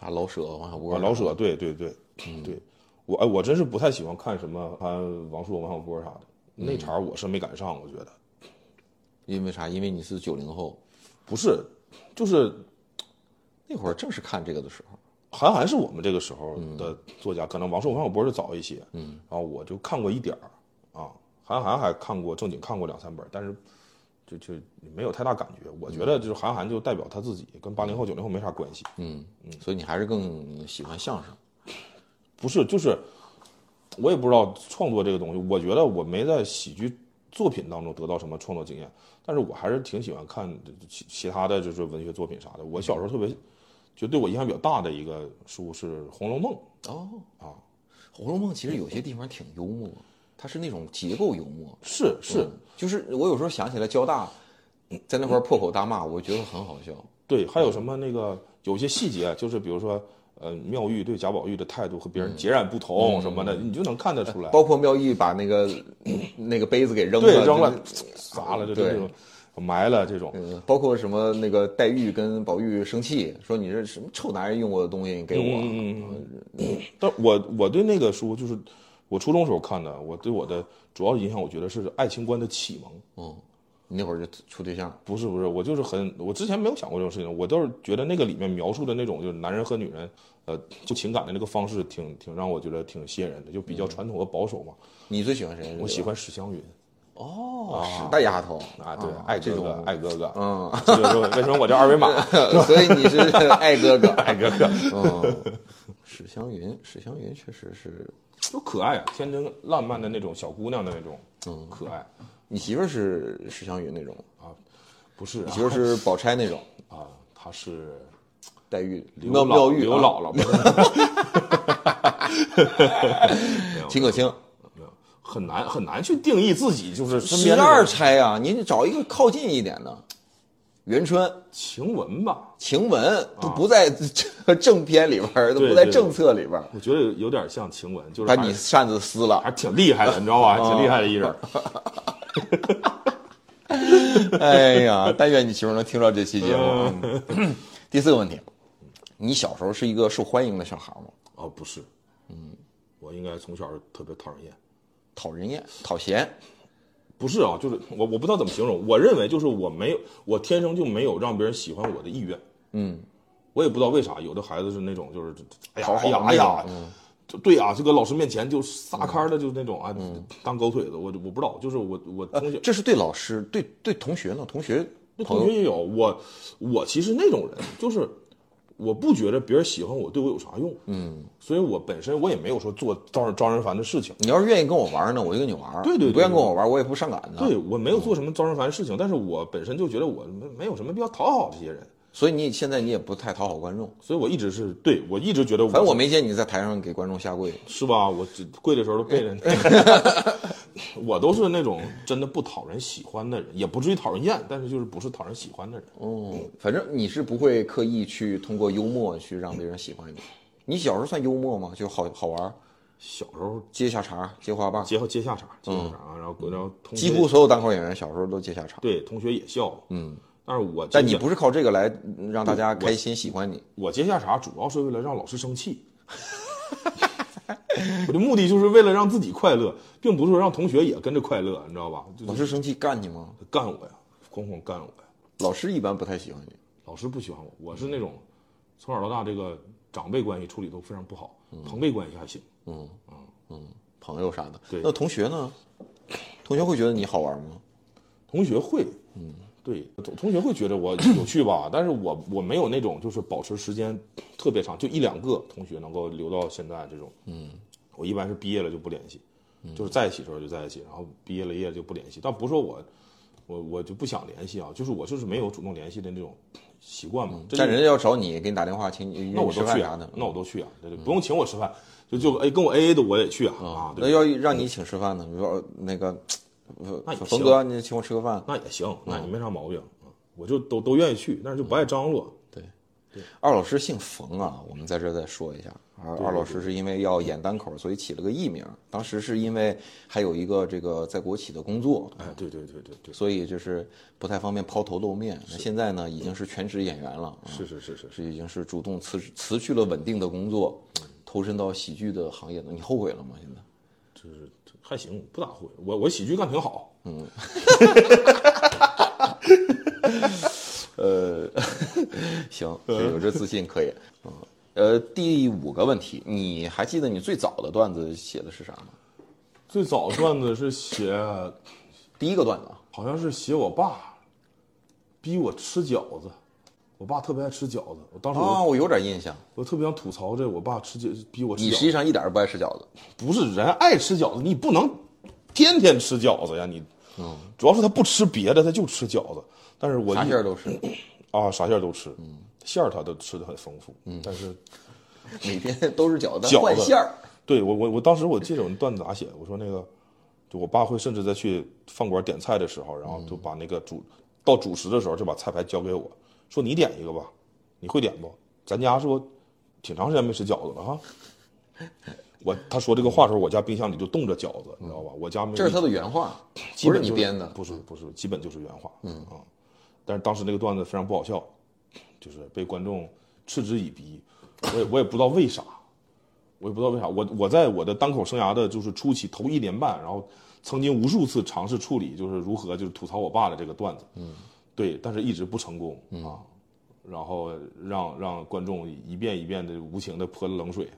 B: 啥老舍、王小波、
E: 啊，老舍，对对对，
B: 嗯
E: 对，我哎，我真是不太喜欢看什么看王朔、王小波啥的，
B: 嗯
E: 那茬儿我是没赶上，我觉得
B: 因为啥？因为你是九零后，
E: 不是，就是
B: 那会儿正是看这个的时候。
E: 韩寒是我们这个时候的作家，可能王朔、王小波是早一些，嗯，然后我就看过一点儿啊，韩寒还看过正经看过两三本，但是就就没有太大感觉。我觉得就是韩寒就代表他自己，跟八零后九零后没啥关系。嗯
B: 所以你还是更喜欢相声。
E: 不是，就是我也不知道创作这个东西，我觉得我没在喜剧作品当中得到什么创作经验，但是我还是挺喜欢看其其他的就是文学作品啥的。我小时候特别就对我影响比较大的一个书是《红楼梦》，
B: 哦啊，《红楼梦》其实有些地方挺幽默，它是那种结构幽默。
E: 是是。
B: 嗯就是我有时候想起来交大在那块儿破口大骂，我觉得很好笑。
E: 对，
B: 嗯
E: 还有什么那个有些细节，啊就是比如说，呃，妙玉对贾宝玉的态度和别
B: 嗯
E: 人截然不同什么的，你就能看得出来。
B: 呃包括妙玉把那个那个杯子给扔了，
E: 对，扔了，
B: 就是
E: 砸了，就
B: 对
E: 这种，埋了这种。
B: 嗯，包括什么那个黛玉跟宝玉生气，说你这什么臭男人用过的东西，你给
E: 嗯
B: 我。嗯
E: 但我我对那个书就是我初中时候看的，我对我的主要影响，我觉得是爱情观的启蒙。
B: 嗯你那会儿就处对象，
E: 不是不是，我就是很，我之前没有想过这种事情，我倒是觉得那个里面描述的那种就是男人和女人，呃，就情感的那个方式挺，挺让我觉得挺吸引人的，就
B: 嗯
E: 比较传统和保守嘛。
B: 你最喜欢谁？
E: 我喜欢史湘云。
B: 哦，是大丫头
E: 啊，对，爱
B: 这
E: 哥
B: 种
E: 哥，爱哥哥，
B: 嗯，
E: 这就是为什么我叫二维码，
B: 所以你是爱哥哥，爱哥哥。嗯，史湘云，史湘云确实是。
E: 就可爱，啊天真烂漫的那种小姑娘的那种，嗯，可爱
B: 你媳妇儿是史湘云那种，
E: 啊，不是啊
B: 你媳妇儿是宝钗那种，
E: 啊，她是
B: 黛玉、
E: 刘
B: 妙妙
E: 姥
B: 玉、
E: 刘姥姥，不是
B: 啊、 秦可卿，
E: 很难很难去定义自己，就是身
B: 十
E: 边那
B: 二
E: 种
B: 钗啊，您找一个靠近一点的，元春。
E: 晴雯吧，
B: 晴雯都不在 正片里边儿，都不在
E: 啊对对
B: 正册里边儿，
E: 我觉得有点像晴雯，就是
B: 把
E: 还
B: 你嗯扇子撕了
E: 还。挺厉害的，你知道 吧？还挺厉害的一人，
B: 哎呀，但愿你媳妇儿能听到这期节目。嗯 第四个问题，你小时候是一个受欢迎的小孩吗？
E: 哦，不是，嗯，我应该从小特别讨人厌。
B: 讨人厌、讨嫌，
E: 不是啊，就是我我不知道怎么形容。我认为就是我没有，我天生就没有让别人喜欢我的意愿。嗯，我也不知道为啥，有的孩子是那种就是，哎呀
B: 讨好
E: 哎呀
B: 那
E: 哎呀
B: 种，嗯
E: 就对啊，这个老师面前就撒开儿的，就是那种啊，当狗腿子。我我不知道，就是我我同
B: 嗯
E: 学
B: 呃这是对老师、对对同学呢？同学
E: 那
B: 朋
E: 同学
B: 友
E: 也有我，我其实那种人就是。我不觉得别人喜欢我对我有啥用，嗯，所以我本身我也没有说做招人招人烦的事情，
B: 你要是愿意跟我玩儿呢，我就跟你玩儿；
E: 对对对
B: 你不愿意跟我玩儿，我也不上赶的。
E: 对，我没有
B: 嗯
E: 做什么招人烦的事情，但是我本身就觉得我没没有什么必要讨好这些人，
B: 所以你现在你也不太讨好观众。
E: 所以我一直是对我一直觉得我，
B: 反正我没见你在台上给观众下跪。
E: 是吧？我只跪的时候都被 人， 我都是那种真的不讨人喜欢的人，也不至于讨人厌，但是就是不是讨人喜欢的人。
B: 哦，反正你是不会刻意去通过幽默去让别人喜欢你。你小时候算幽默吗？就好好玩儿，
E: 小时候
B: 接下茬儿，接花瓣儿。
E: 接接下茬，接下茬，啊然后然后同学
B: 嗯几乎所有单口演员小时候都接下茬，
E: 对同学也笑，嗯，但是我
B: 但你
E: 真的
B: 不是靠这个来
E: 嗯
B: 让大家开心喜欢你。
E: 我接下茬主要是为了让老师生气。 我的目的就是为了让自己快乐，并不是说让同学也跟着快乐，你知道吧？就是
B: 老师生气干你吗？
E: 干我呀，哐哐干我呀！
B: 老师一般不太喜欢你。
E: 老师不喜欢我，我是那种从小到大这个长辈关系处理都非常不好，朋辈关系还行。
B: 朋友啥的。
E: 对
B: 那同学呢？同学会觉得你好玩吗？
E: 同学会，嗯，对，同同学会觉得我有趣吧，但是我我没有那种就是保持时间特别长，就一两个同学能够留到现在这种。嗯，我一般是毕业了就不联系，就是在一起的时候就在一起，然后毕业了业就不联系。但不是说我我我就不想联系啊，就是我就是没有主动联系的那种习惯嘛。这就
B: 但人家要找你，给你打电话，请你约
E: 那
B: 你
E: 我
B: 吃
E: 都
B: 饭
E: 去
B: 啥
E: 啊
B: 的，，嗯
E: 那我都去啊，对对，不用请我吃饭，就就哎跟我 A A 的我也去啊啊，
B: 嗯那
E: 对，
B: 要让你请吃饭呢？比如说那个，呃
E: 那也
B: 冯
E: 行
B: 哥，你请我吃个饭。
E: 那也行，那
B: 嗯
E: 也没啥毛病啊，我就都都愿意去，但是就不爱张罗。
B: 二老师姓冯啊，我们在这儿再说一下。二二老师是因为要演单口，所以起了个艺名。当时是因为还有一个这个在国企的工作，
E: 哎，对对对对对，
B: 所以就是不太方便抛头露面。那现在呢，已经是全职演员了，啊
E: 是是是是是，
B: 是已经是主动辞辞去了稳定的工作，投身到喜剧的行业了。你后悔了吗？现在？
E: 就是还行，不咋会，我我喜剧干挺好，
B: 嗯呃， 行，有这自信可以。嗯，呃，第五个问题，你还记得你最早的段子写的是啥吗？
E: 最早段子是写，
B: 第一个段子啊，
E: 好像是写我爸，逼我吃饺子。我爸特别爱吃饺子，我当时我、
B: 啊，我有点印象。
E: 我特别想吐槽这我爸吃饺逼我吃饺
B: 你
E: 子。
B: 实际上一点儿不爱吃饺子，
E: 不是人爱吃饺子，你不能天天吃饺子呀，你。主要是他不吃别的，他就吃饺子。但是我
B: 嗯啥
E: 一
B: 馅儿都嗯吃，
E: 啊，啥馅儿都吃。馅儿他都吃的很丰富。
B: 嗯
E: 但是
B: 每天都是饺子，
E: 饺子
B: 换馅儿。
E: 对我我我当时我记得我那段子咋写，我说那个，就我爸会甚至在去饭馆点菜的时候，然后
B: 嗯
E: 就把那个主到主食的时候就把菜牌交给我，说你点一个吧，你会点不？咱家是不挺长时间没吃饺子了哈。我他说这个话的时候，我家冰箱里就冻着饺子，你知道吧？我家没
B: 这是他的原话，
E: 基
B: 不
E: 本
B: 是你
E: 就
B: 编的。
E: 不是不是，基本就是原话。嗯啊，但是当时那个段子非常不好笑，就是被观众嗤之以鼻，我也我也不知道为啥，我也不知道为啥。我我在我的单口生涯的就是初期头一年半，然后曾经无数次尝试处理，就是如何就是吐槽我爸的这个段子，嗯，对，但是一直不成功
B: 嗯
E: 啊，然后让让观众一遍一遍的无情的泼了冷水。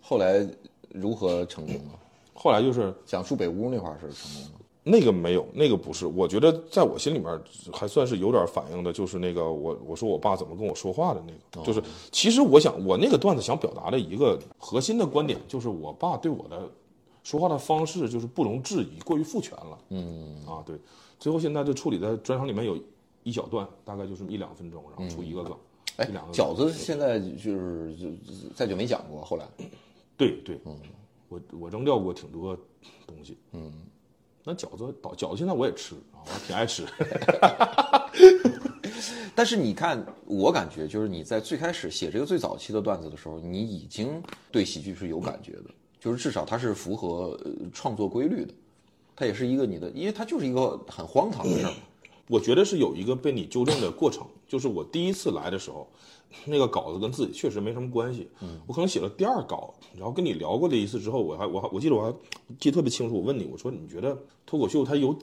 B: 后来如何成功的？
E: 后来就是
B: 讲述北屋那块儿是成功的。
E: 那个没有，那个不是。我觉得在我心里面还算是有点反应的，就是那个我我说我爸怎么跟我说话的那个，就是其实我想我那个段子想表达的一个核心的观点，就是我爸对我的说话的方式就是不容置疑，过于父权了。嗯啊，对。最后现在就处理在专场里面有一小段，大概就是一两分钟，然后出一个梗，
B: 哎
E: 一两，个
B: 饺子现在就是就就再就没讲过。后来
E: 对对，我我扔掉过挺多东西，嗯，那饺子饺饺子现在我也吃啊，我还挺爱吃。
B: 但是你看，我感觉就是你在最开始写这个最早期的段子的时候，你已经对喜剧是有感觉的，就是至少它是符合呃创作规律的，它也是一个你的，因为它就是一个很荒唐的事儿。
E: 我觉得是有一个被你纠正的过程，就是我第一次来的时候，那个稿子跟自己确实没什么关系。嗯，我可能写了第二稿，然后跟你聊过的一次之后，我还我还我记得我还记得特别清楚，我问你，我说你觉得脱口秀它有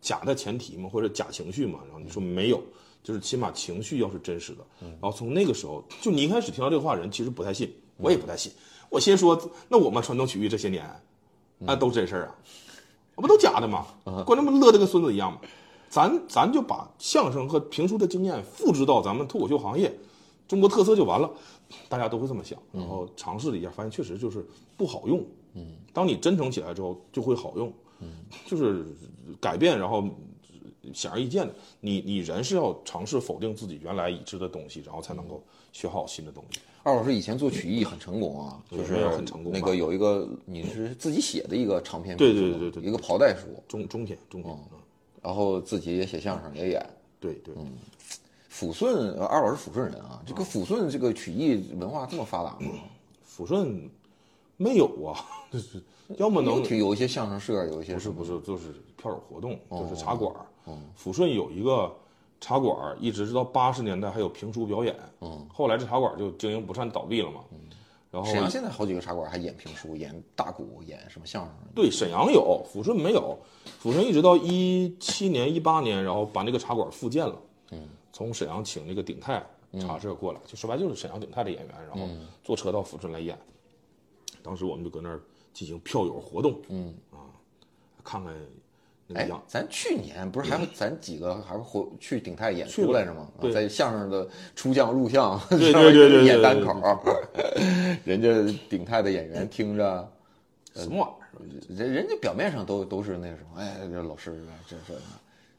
E: 假的前提吗？或者假情绪吗？然后你说没有，就是起码情绪要是真实的。然后从那个时候，就你一开始听到这话，人其实不太信，我也不太信。我先说，那我们传统曲艺这些年，啊，都真事儿啊，我不都假的吗？观众们乐的跟孙子一样吗？咱咱就把相声和评书的经验复制到咱们脱口秀行业，中国特色就完了，大家都会这么想。然后尝试了一下，发现确实就是不好用。嗯，当你真诚起来之后，就会好用。嗯，就是改变，然后显而易见的，你你人是要尝试否定自己原来已知的东西，然后才能够学好新的东西。
B: 二老师以前做曲艺很成功啊，
E: 对
B: 就是
E: 没有很成功吧
B: 那个有一个你是自己写的一个长篇
E: 对
B: 故事
E: 对对对对
B: 一个袍带书，
E: 中中篇中篇，嗯
B: 然后自己也写相声也演。
E: 对对，
B: 抚顺，呃二老是抚顺人啊，这个抚顺这个曲艺文化这么发达吗？
E: 抚顺没有啊， 就是要么能
B: 有挺有一些相声社，有一些
E: 不是
B: 什么
E: 不是，就是票友活动，就是茶馆儿。抚顺有一个茶馆儿，一直直到八十年代还有评书表演。嗯，后来这茶馆儿就经营不善倒闭了嘛。然后
B: 沈阳现在好几个茶馆还演评书、演大鼓、演什么相声。
E: 对沈阳有，抚顺没有。抚顺一直到一七年、一八年，然后把那个茶馆儿复建了。嗯，从沈阳请那个鼎泰茶社过来，就说白就是沈阳鼎泰的演员，然后坐车到抚顺来演。当时我们就搁那儿进行票友活动。嗯啊，看看那个
B: 哎
E: 杨，
B: 咱去年不是还会咱几个还会回去鼎泰演
E: 去了
B: 出来着吗？啊
E: 对
B: 在相声的出将入相，
E: 对对
B: 上面
E: 对对对
B: 演
E: 对
B: 单
E: 对
B: 口， 人家鼎泰的演员听着，
E: 什么玩意儿？
B: 人人家表面上都都是那什么，哎，这老师这这，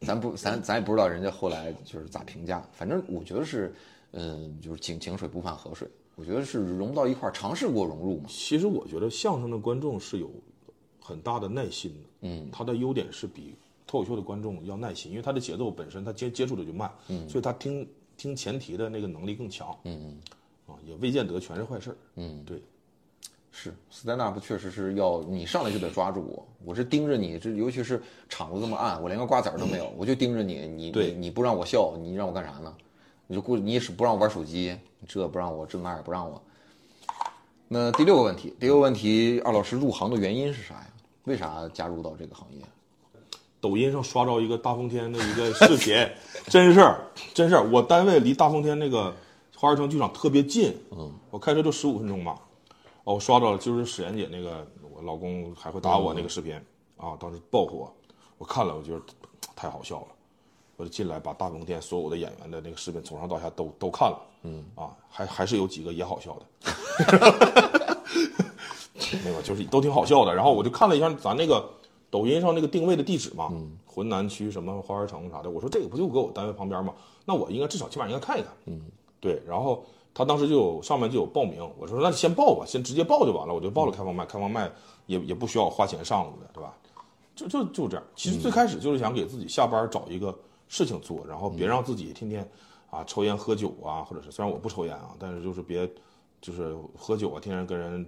B: 咱不咱咱也不知道人家后来就是咋评价，反正我觉得是，嗯，就是井井水不犯河水，我觉得是融不到一块儿，尝试过融入嘛。
E: 其实我觉得相声的观众是有很大的耐心的，嗯，他的优点是比脱口秀的观众要耐心，因为他的节奏本身他接接触的就慢，嗯，所以他听听前提的那个能力更强，嗯嗯，啊，也未见得全是坏事儿，嗯，对，
B: 是 stand up 确实是要你上来就得抓住我，我是盯着你，这尤其是场子这么暗，我连个瓜子儿都没有，我就盯着你，你
E: 对
B: 你你不让我笑，你让我干啥呢？你就故你也是不让我玩手机，这不让我，这那也不让我。那第六个问题，第六个问题，二老师入行的原因是啥呀？为啥加入到这个行业？
E: 抖音上刷着一个大风天的一个视频， 真事儿，真事儿。我单位离大风天那个花儿城剧场特别近，嗯，我开车就十五分钟吧。哦，我刷着了，就是史岩姐那个我老公还会打我那个视频，啊，当时爆火，我看了，我觉得太好笑了，我就进来把大蒙店所有的演员的那个视频从上到下都都看了，嗯，啊，还还是有几个也好笑的，那个就是都挺好笑的。然后我就看了一下咱那个抖音上那个定位的地址嘛，浑南区什么花园城啥的，我说这个不就搁我单位旁边吗？那我应该至少起码应该看一看，嗯，对，然后。他当时就有上面就有报名，我说那先报吧，先直接报就完了，我就
B: 嗯
E: 报了开放麦，开放麦也也不需要我花钱上了的，对吧？就就就这样。
B: 嗯
E: 其实最开始就是想给自己下班找一个事情做，然后
B: 嗯
E: 别让自己天天啊抽烟喝酒啊，或者是虽然我不抽烟啊，但是就是别就是喝酒啊，天天跟人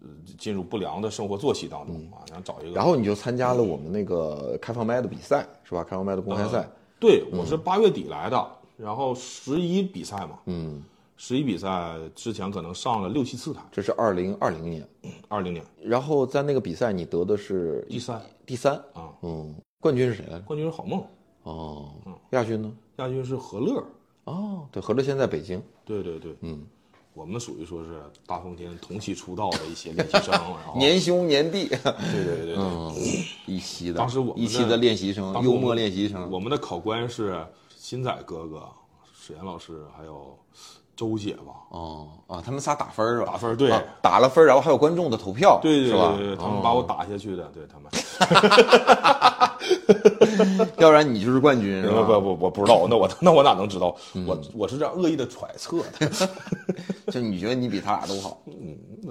E: 呃进入不良的生活作息当中啊，想找一个。
B: 嗯然后你就参加了我们那个开放麦的比赛，是吧？开放麦的公开赛，
E: 对，
B: 嗯
E: 我是八月底来的，然后十一比赛嘛，嗯，十一比赛之前可能上了六七次台，
B: 这是二零二零年。
E: 二零年
B: 然后在那个比赛你得的是
E: 第三
B: 第三
E: 啊，
B: 嗯，冠军是谁来着？
E: 冠军是郝梦，
B: 哦，亚军呢？
E: 亚军是何乐，
B: 哦，对，何乐现在北京，
E: 对对对，嗯，我们属于说是大风天同期出道的一些练习生，然 后
B: 年兄年弟，
E: 对对对对，
B: 嗯，一期的，
E: 当时我们
B: 一期的练习生，
E: 当时
B: 幽
E: 我们
B: 默练习生，
E: 我们的考官是新仔哥哥、史岩老师，还有周姐吧，
B: 哦啊，他们仨打分儿是吧？
E: 打分儿对
B: 啊打了分儿，然后还有观众的投票，
E: 对对
B: 是吧
E: 对？对，他们把我打下去的，对他们，
B: 要不然你就是冠军是吧？
E: 不不我不知道，那我那我哪能知道？我我是这样恶意的揣测的，
B: 就你觉得你比他俩都好，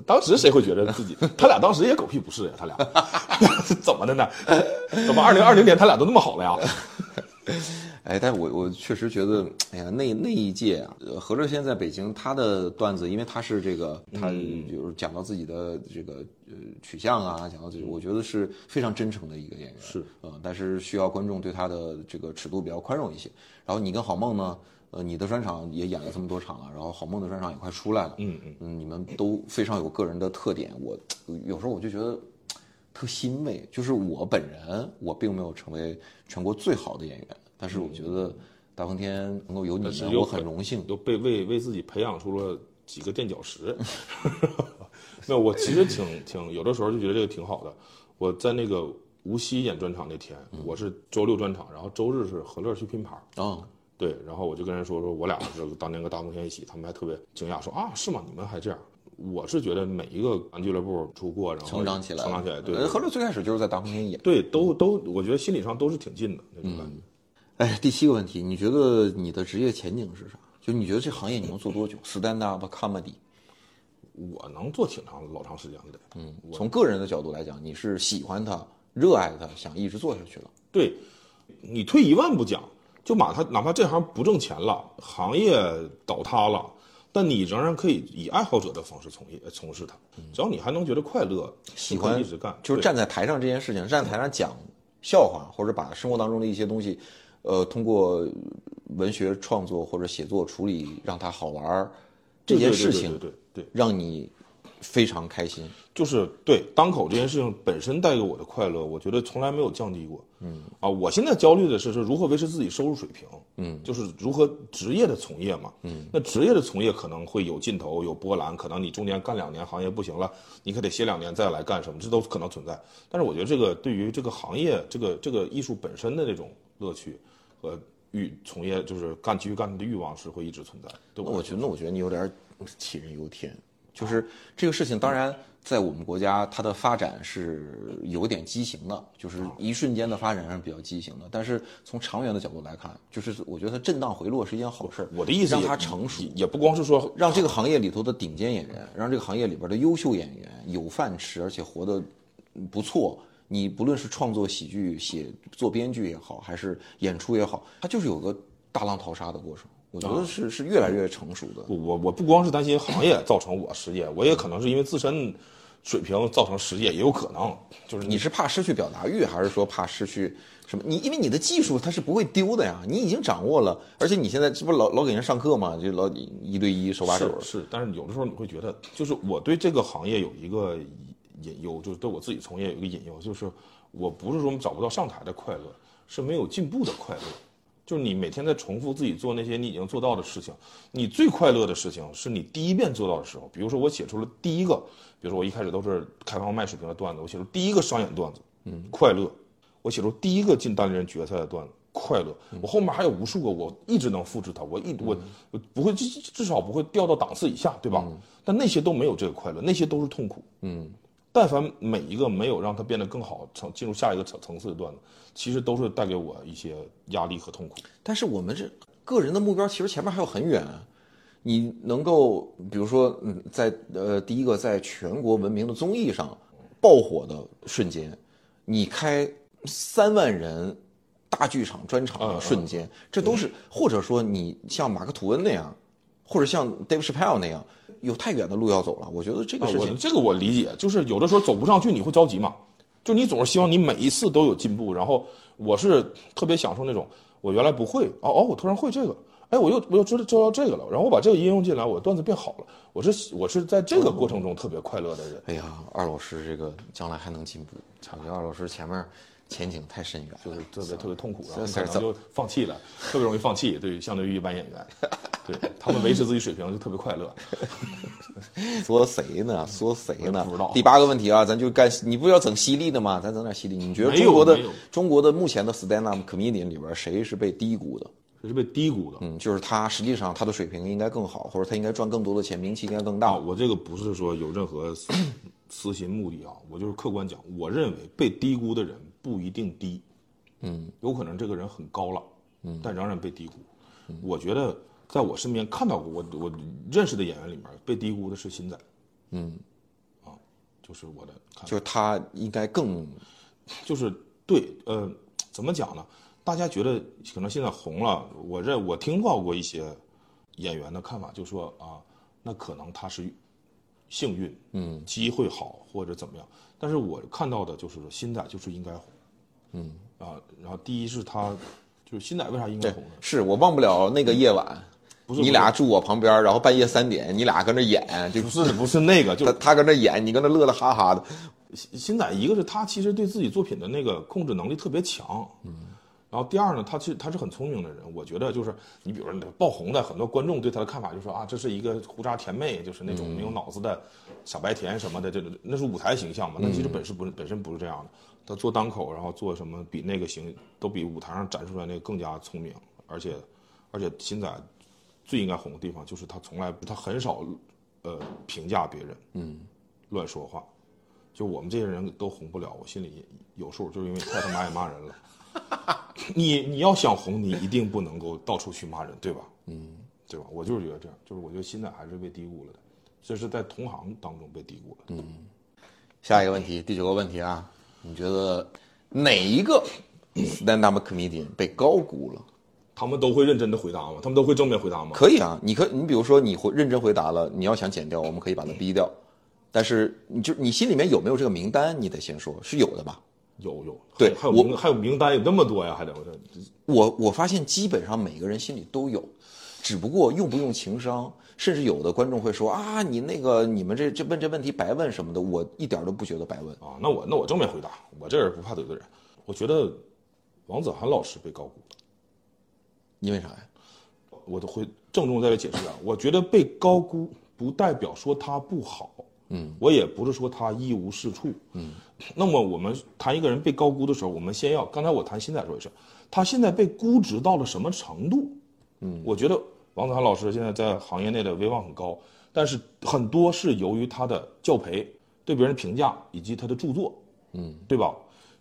E: 当时谁会觉得自 己？他俩当时也狗屁不是呀，他俩 怎么的呢？怎么二零二零年他俩都那么好了呀？
B: 哎，但我我确实觉得，哎呀，那那一届啊，呃何乐先在北京，他的段子，因为他是这个，他就是讲到自己的这个呃取向啊，讲到这个，我觉得是非常真诚的一个演员，
E: 是，
B: 呃，但是需要观众对他的这个尺度比较宽容一些。然后你跟郝梦呢，呃，你的专场也演了这么多场了，然后郝梦的专场也快出来了，
E: 嗯嗯
B: 嗯，你们都非常有个人的特点，我有时候我就觉得。特欣慰，就是我本人，我并没有成为全国最好的演员，但是我觉得
E: 嗯
B: 大风天能够有你
E: 但是
B: 们，
E: 又
B: 我很荣幸。
E: 又被为为自己培养出了几个垫脚石。 那我其实挺挺有的时候就觉得这个挺好的。我在那个无锡演专场那天，
B: 嗯
E: 我是周六专场，然后周日是何乐去拼盘儿。
B: 啊，
E: 对，然后我就跟人说说我俩是当年跟大风天一起，他们还特别惊讶说啊是吗？你们还这样？我是觉得每一个俱乐部出过，然后
B: 成长起来了，
E: 成长起来，对
B: 呃，何乐最开始就是在大风天演。
E: 对，都都，我觉得心理上都是挺近的那种感觉。
B: 哎，第七个问题，你觉得你的职业前景是啥？就你觉得这行业你能做多久？Stand up comedy，嗯
E: 我能做挺长老长时间的，嗯，
B: 从个人的角度来讲，你是喜欢它、热爱它，想一直做下去了。
E: 对，你退一万步讲，就哪怕哪怕这行不挣钱了，行业倒塌了，但你仍然可以以爱好者的方式从业从事它，只要你还能觉得快乐，
B: 嗯喜
E: 喜
B: 欢
E: 一直干，
B: 就是
E: 对
B: 站在台上这件事情，站在台上讲笑话，或者把生活当中的一些东西，呃，通过文学创作或者写作处理，让它好玩儿，这
E: 对
B: 件
E: 对
B: 事
E: 对
B: 情
E: 对对对对，
B: 让你非常开心。
E: 就是对当口这件事情本身带给我的快乐，我觉得从来没有降低过。嗯啊，我现在焦虑的是是如何维持自己收入水平。嗯，就是如何职业的从业嘛。嗯，那职业的从业可能会有尽头，有波澜，可能你中间干两年行业不行了，你可得歇两年再来干什么，这都可能存在。但是我觉得这个对于这个行业，这个这个艺术本身的那种乐趣和欲从业，就是干继续干的欲望是会一直存在的。对
B: 那
E: 我
B: 我觉得，那我觉得你有点儿杞人忧天。就是这个事情，当然在我们国家，它的发展是有点畸形的，就是
E: 啊
B: 一瞬间的发展是比较畸形的。但是从长远的角度来看，就是我觉得它震荡回落是一件好事儿。
E: 我的意思
B: 让
E: 也
B: 它成熟
E: 也，也不光是说
B: 让这个行业里头的顶尖演员，让这个行业里边的优秀演员有饭吃，而且活得不错。你不论是创作喜剧、写做编剧也好，还是演出也好，它就是有个大浪淘沙的过程。我觉得是是越来越成熟的。
E: 啊我我我不光是担心行业造成我失业，我也可能是因为自身水平造成失业，也有可能。就是
B: 你是怕失去表达欲，还是说怕失去什么？你因为你的技术它是不会丢的呀，你已经掌握了，而且你现在这不老老给人上课嘛，就老一对一手把手
E: 是。是，但是有的时候你会觉得，就是我对这个行业有一个隐忧，就是对我自己从业有一个隐忧，就是我不是说找不到上台的快乐，是没有进步的快乐。就是你每天在重复自己做那些你已经做到的事情，你最快乐的事情是你第一遍做到的时候。比如说我写出了第一个，比如说我一开始都是开放麦水平的段子，我写出第一个商演段子，嗯，快乐。我写出第一个进单立人决赛的段子，快乐。我后面还有无数个，我一直能复制它，我一我我不会至至少不会掉到档次以下，对吧？但那些都没有这个快乐，那些都是痛苦。
B: 嗯，
E: 但凡每一个没有让它变得更好，成进入下一个层层次的段子，其实都是带给我一些压力和痛苦。
B: 但是我们这个人的目标其实前面还有很远啊。你能够，比如说，嗯，在呃第一个在全国闻名的综艺上爆火的瞬间，你开三万人大剧场专场
E: 嗯
B: 的
E: 嗯
B: 瞬间，这都是或者说你像马克吐温那样，或者像 Dave Chappelle 那样，有太远的路要走了。我觉得这个
E: 啊，
B: 事
E: 我
B: 情，
E: 这个我理解，就是有的时候走不上去，你会着急嘛？就你总是希望你每一次都有进步。然后我是特别享受那种，我原来不会，哦哦，我突然会这个，哎，我又我又知道知道这个了，然后我把这个应用进来，我段子变好了。我是我是在这个过程中特别快乐的人。
B: 哎呀，二老师这个将来还能进步，我觉得二老师前面前景太深远了，
E: 就是特别特别痛苦，然后
B: 算
E: 可
B: 了
E: 能就放弃了，特别容易放弃。对于相对于一般演员，对他们维持自己水平就特别快乐。
B: 说谁呢？说谁呢？
E: 嗯不知道
B: 第八个问题啊，咱就干，你不是要整犀利的吗？咱整点犀利。你觉得
E: 没有
B: 中国的
E: 没有
B: 中国的目前的 stand up comedian 里边，谁是被低估的？
E: 这是被低估的
B: 嗯，就是他实际上他的水平应该更好，或者他应该赚更多的钱，名气应该更大。
E: 啊！我这个不是说有任何私私心目的啊，我就是客观讲，我认为被低估的人不一定低，嗯，有可能这个人很高了，嗯，但仍然被低估。我觉得在我身边看到过，我我认识的演员里面被低估的是新仔，嗯，啊，就是我的看法
B: 就是他应该更
E: 就是对，呃，怎么讲呢？大家觉得可能现在红了，我认我听到过一些演员的看法，就说啊，那可能他是幸运，嗯，机会好或者怎么样。但是我看到的就是说，新仔就是应该红，嗯啊，然后第一是他就是新仔为啥应
B: 对
E: 该红呢？
B: 是我忘不了那个夜晚，
E: 是
B: 你俩住我旁边，然后半夜三点，你俩跟那演，就
E: 不是不是那个，就
B: 他
E: 是
B: 他跟那演，你跟那乐乐哈哈的。
E: 新仔一个是他其实对自己作品的那个控制能力特别强，嗯，然后第二呢，他其实他是很聪明的人，我觉得就是你比如说你爆红的很多观众对他的看法就说啊，这是一个胡渣甜妹，就是那种没有脑子的傻白甜什么的，这种那是舞台形象嘛，但其实本身不是本身不是这样的，他做单口，然后做什么比那个形都比舞台上展示出来那个更加聪明，而且而且新仔最应该红的地方就是他从来他很少呃评价别人，嗯，乱说话。就我们这些人都红不了，我心里有数，就是因为太他妈爱骂人了。 你你要想红，你一定不能够到处去骂人，对吧？嗯，对吧？我就是觉得这样，就是我觉得现在还是被低估了的，这是在同行当中被低估了。嗯，
B: 下一个问题，第九个问题啊，你觉得哪一个 stand up comedian 被高估了？
E: 他们都会认真的回答吗？他们都会正面回答吗？
B: 可以啊，你可你比如说你回认真回答了，你要想剪掉，我们可以把它逼掉，但是你就你心里面有没有这个名单？你得先说是有的吧。
E: 有有，
B: 对
E: 还有
B: 我
E: 名还有名单有那么多呀，还得我这
B: 我我发现基本上每个人心里都有，只不过用不用情商，甚至有的观众会说啊，你那个你们这这问这问题白问什么的，我一点都不觉得白问。
E: 啊，那我那我正面回答，我这人不怕得罪人。我觉得王子涵老师被高估了。
B: 因为啥呀？
E: 我都会郑重地再来解释啊，我觉得被高估不代表说他不好，嗯，我也不是说他一无是处，嗯。那么我们谈一个人被高估的时候，我们先要，刚才我谈新仔说也是，他现在被估值到了什么程度？嗯，我觉得王子涵老师现在在行业内的威望很高，但是很多是由于他的教培、对别人的评价以及他的著作，嗯，对吧？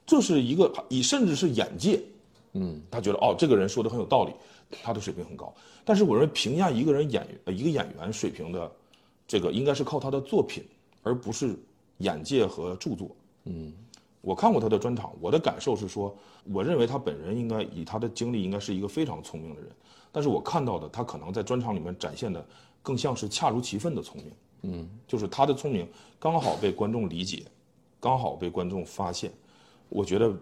E: 这是一个以甚至是眼界，他觉得哦，这个人说的很有道理，他的水平很高。但是我认为评价一个人演呃一个演员水平的，这个应该是靠他的作品，而不是眼界和著作。嗯，我看过他的专场，我的感受是说，我认为他本人应该以他的经历应该是一个非常聪明的人，但是我看到的他可能在专场里面展现的更像是恰如其分的聪明。嗯，就是他的聪明刚好被观众理解，刚好被观众发现。我觉得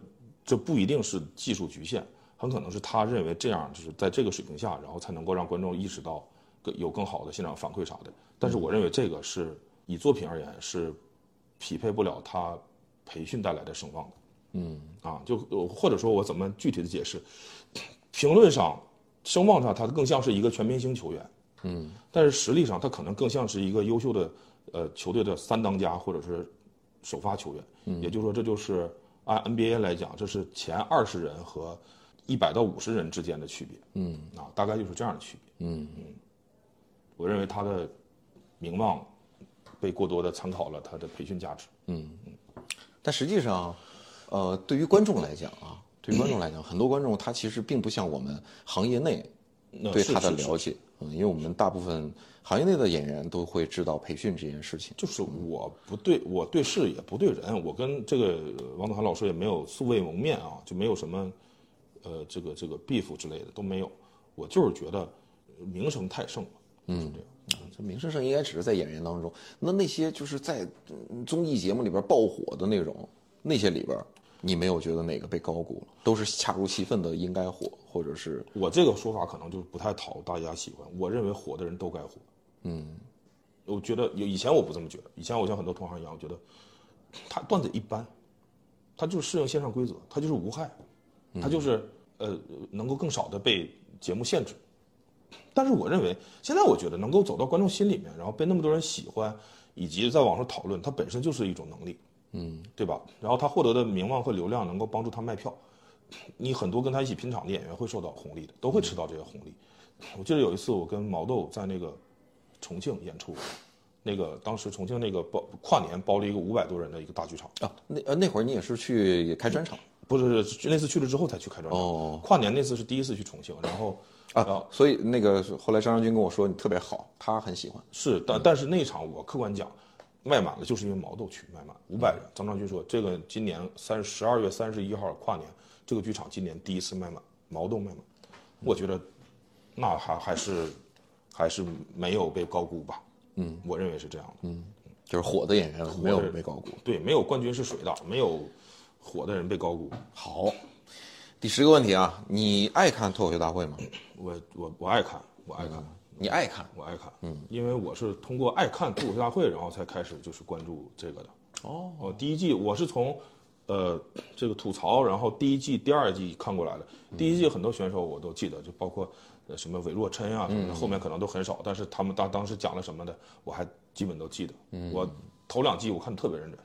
E: 这不一定是技术局限，很可能是他认为这样就是在这个水平下，然后才能够让观众意识到更有更好的现场反馈啥的。但是我认为这个是以作品而言是匹配不了他培训带来的声望的。嗯，啊，就呃或者说我怎么具体的解释， 评论上、声望上，他更像是一个全明星球员。嗯，但是实力上，他可能更像是一个优秀的呃球队的三当家或者是首发球员。嗯，也就是说，这就是按 NBA 来讲，这是前二十人和一百到五十人之间的区别。嗯，啊，大概就是这样的区别。嗯嗯，我认为他的名望被过多的参考了他的培训价值。
B: 但实际上，呃，对于观众来讲啊，对于观众来讲，很多观众他其实并不像我们行业内
E: 那
B: 对
E: 是
B: 他的
E: 是是
B: 了解，嗯，因为我们大部分行业内的演员都会知道培训这件事情。
E: 就是我不对，我对事也不对人，我跟这个王子涵老师也没有素未谋面啊，就没有什么，呃，这个这个 beef 之类的都没有。我就是觉得名声太盛了，嗯，这样。
B: 这名声上应该只是在演员当中，那那些就是在嗯综艺节目里边爆火的那种，那些里边，你没有觉得哪个被高估了？都是恰如其分的应该火，或者是
E: 我这个说法可能就是不太讨大家喜欢。我认为火的人都该火。嗯，我觉得有以前我不这么觉得，以前我像很多同行一样，我觉得他段子一般，他就是适应线上规则，他就是无害，他就是呃能够更少的被节目限制。但是我认为，现在我觉得能够走到观众心里面，然后被那么多人喜欢，以及在网上讨论，它本身就是一种能力，嗯，对吧？然后他获得的名望和流量能够帮助他卖票，你很多跟他一起拼场的演员会受到红利的，都会吃到这些红利。我记得有一次我跟毛豆在那个重庆演出，那个当时重庆那个包跨年包了一个五百多人的一个大剧场，
B: 啊，那呃那会儿你也是去开专场
E: 不是是那次去了之后才去开专场。
B: 哦
E: 跨年那次是第一次去重庆，然后然后
B: 啊，所以那个是后来张张军跟我说你特别好，他很喜欢。
E: 是，但但是那场我客观讲，卖满了就是因为毛豆区卖满五百人。张章军说，这个今年三十二月三十一号跨年，这个剧场今年第一次卖满，毛豆卖满，我觉得那还还是还是没有被高估吧。嗯，我认为是这样的。嗯，
B: 就是火的演员没有被高估。
E: 对，没有冠军是谁的，没有火的人被高估。
B: 好，第十个问题啊，你爱看脱口秀大会吗？
E: 我我我爱看，我爱看。
B: 你爱看
E: 我爱看，嗯，因为我是通过爱看脱口秀大会，然后才开始就是关注这个的。哦，第一季我是从，呃，这个吐槽，然后第一季、第二季看过来的。第一季很多选手我都记得，就包括呃什么韦若琛啊什么的，后面可能都很少，但是他们当当时讲了什么的，我还基本都记得。我头两季我看得特别认真，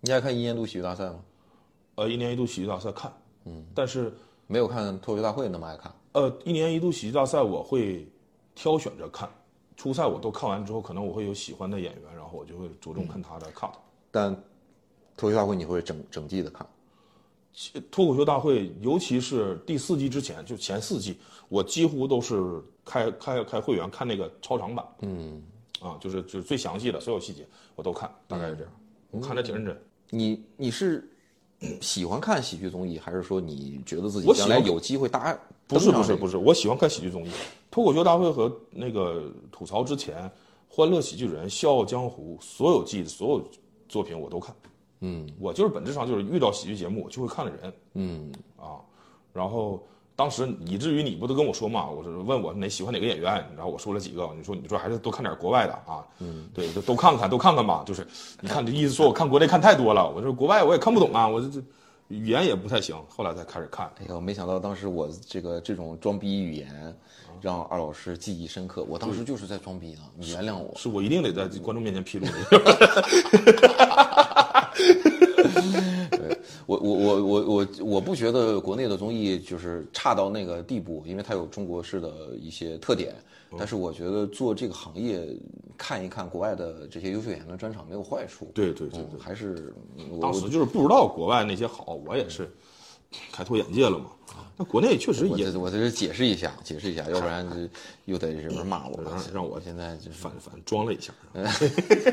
B: 你爱看一年一度喜剧大赛吗？
E: 呃，一年一度喜剧大赛看，嗯，但是
B: 没有看脱口秀大会那么爱看。
E: 呃，一年一度喜剧大赛我会挑选着看，初赛我都看完之后，可能我会有喜欢的演员，然后我就会着重看他的 cut。
B: 但脱口秀大会你会整整季的看，
E: 其脱口秀大会，尤其是第四季之前，就前四季，我几乎都是开开开会员看那个超长版，嗯，啊，就是就是最详细的所有细节我都看，大概是这样，我看着挺认真。
B: 你你是喜欢看喜剧综艺，还是说你觉得自己
E: 我喜
B: 将
E: 欢
B: 来有机会搭？
E: 不是不是
B: 是，
E: 不是，我喜欢看喜剧综艺，脱口秀大会和那个吐槽之前，《欢乐喜剧人》《笑傲江湖》所有季所有作品我都看。嗯，我就是本质上就是遇到喜剧节目我就会看的人。嗯啊，然后当时以至于你不都跟我说嘛，我是问我哪喜欢哪个演员，然后我说了几个，你说你说还是多看点国外的啊。嗯，对，就都看看都看看吧，就是你看这意思说我看国内看太多了，我说国外我也看不懂啊，我这这语言也不太行，后来才开始看。
B: 哎呦，没想到当时我这个这种装逼语
E: 啊
B: 言，让二老师记忆深刻。我当时就是在装逼呢，你原谅我。
E: 是我一定得在观众面前披露你。
B: 我我我我我我不觉得国内的综艺就是差到那个地步，因为它有中国式的一些特点。
E: 嗯
B: 但是我觉得做这个行业，看一看国外的这些优秀演员的专场没有坏处。
E: 对对对
B: 嗯还是嗯我
E: 当时就是不知道国外那些好，我也是开拓眼界了嘛。那国内确实
B: 我
E: 也
B: 这我在这解释一下，解释一下，要不然这又得有人骂我了
E: 让。让我
B: 现在就是
E: 反反装了一下，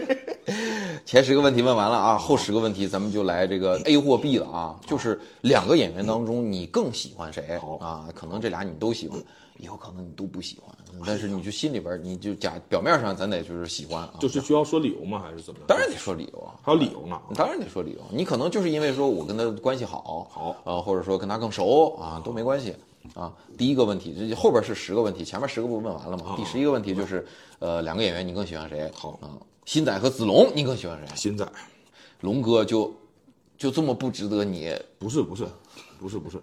B: 前十个问题问完了啊，后十个问题咱们就来这 个 A 或 B 了啊，就是两个演员当中你更喜欢谁啊？可能这俩你都喜欢，以后可能你都不喜欢，但是你就心里边儿你就假表面上咱得就是喜欢啊，
E: 就是需要说理由吗？还是怎么样？
B: 当然得说理由啊。
E: 还有理由呢。
B: 当然得说理由，你可能就是因为说我跟他关系好，
E: 好
B: 呃，或者说跟他更熟啊，都没关系啊。第一个问题，这后边是十个问题，前面十个不问完了吗？第十一个问题就是，呃，两个演员你更喜欢谁？
E: 好
B: 啊，新仔和子龙你更喜欢谁？
E: 新仔
B: 龙哥就就这么不值得你
E: 不是不是不是不是，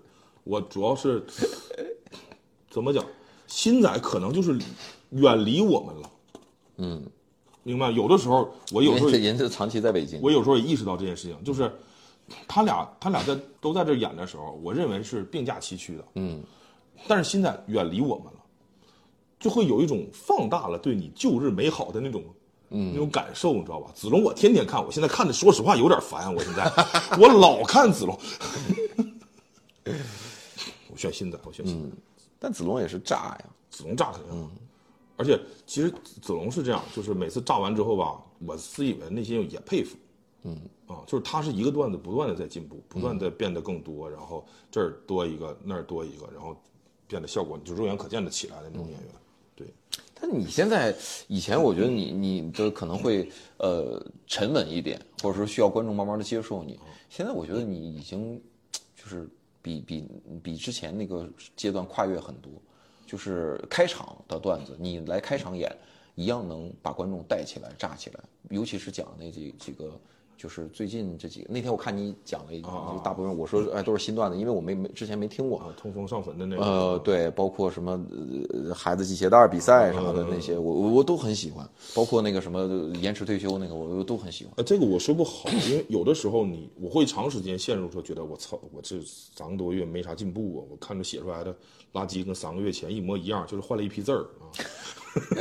E: 我主要是怎么讲？新仔可能就是远离我们了。嗯，明白。有的时候我有时候
B: 人家人家长期在北京
E: 我有时候也意识到这件事情，就是他俩他俩在都在这演的时候，我认为是并驾齐驱的，嗯，但是现在远离我们了，就会有一种放大了对你旧日美好的那种。嗯，那种感受你知道吧？子龙，我天天看，我现在看的，说实话有点烦。我现在我老看子龙， 我选新仔，我选新仔。
B: 但子龙也是炸呀，
E: 子龙炸肯定，
B: 嗯
E: 而且其实子龙是这样，就是每次炸完之后吧，我自以为内心也佩服，嗯啊，就是他是一个段子不断的在进步，不
B: 嗯
E: 断的变得更多，然后这儿多一个那儿多一个，然后变得效果就肉眼可见的起来的
B: 嗯
E: 那种演员，对，
B: 但你现在，以前我觉得你你的可能会呃沉稳一点，或者说需要观众慢慢的接受你。现在我觉得你已经就是比比比之前那个阶段跨越很多，就是开场的段子，你来开场演一样能把观众带起来、炸起来。尤其是讲那几几个，就是最近这几个。那天我看你讲了一
E: 啊
B: 就大部分，我说哎都是新段子，因为我没没之前没听过。
E: 啊，通风上坟的那个，啊
B: 呃，对，包括什么呃孩子系鞋带儿比赛啥的那
E: 嗯
B: 些，我我我都很喜欢，包括那个什么呃延迟退休那个，我我都很喜欢。
E: 呃，这个我说不好，因为有的时候你我会长时间陷入说，觉得我操，我这三个多月没啥进步啊，我看着写出来的垃圾跟三个月前一模一样，就是换了一批字儿啊，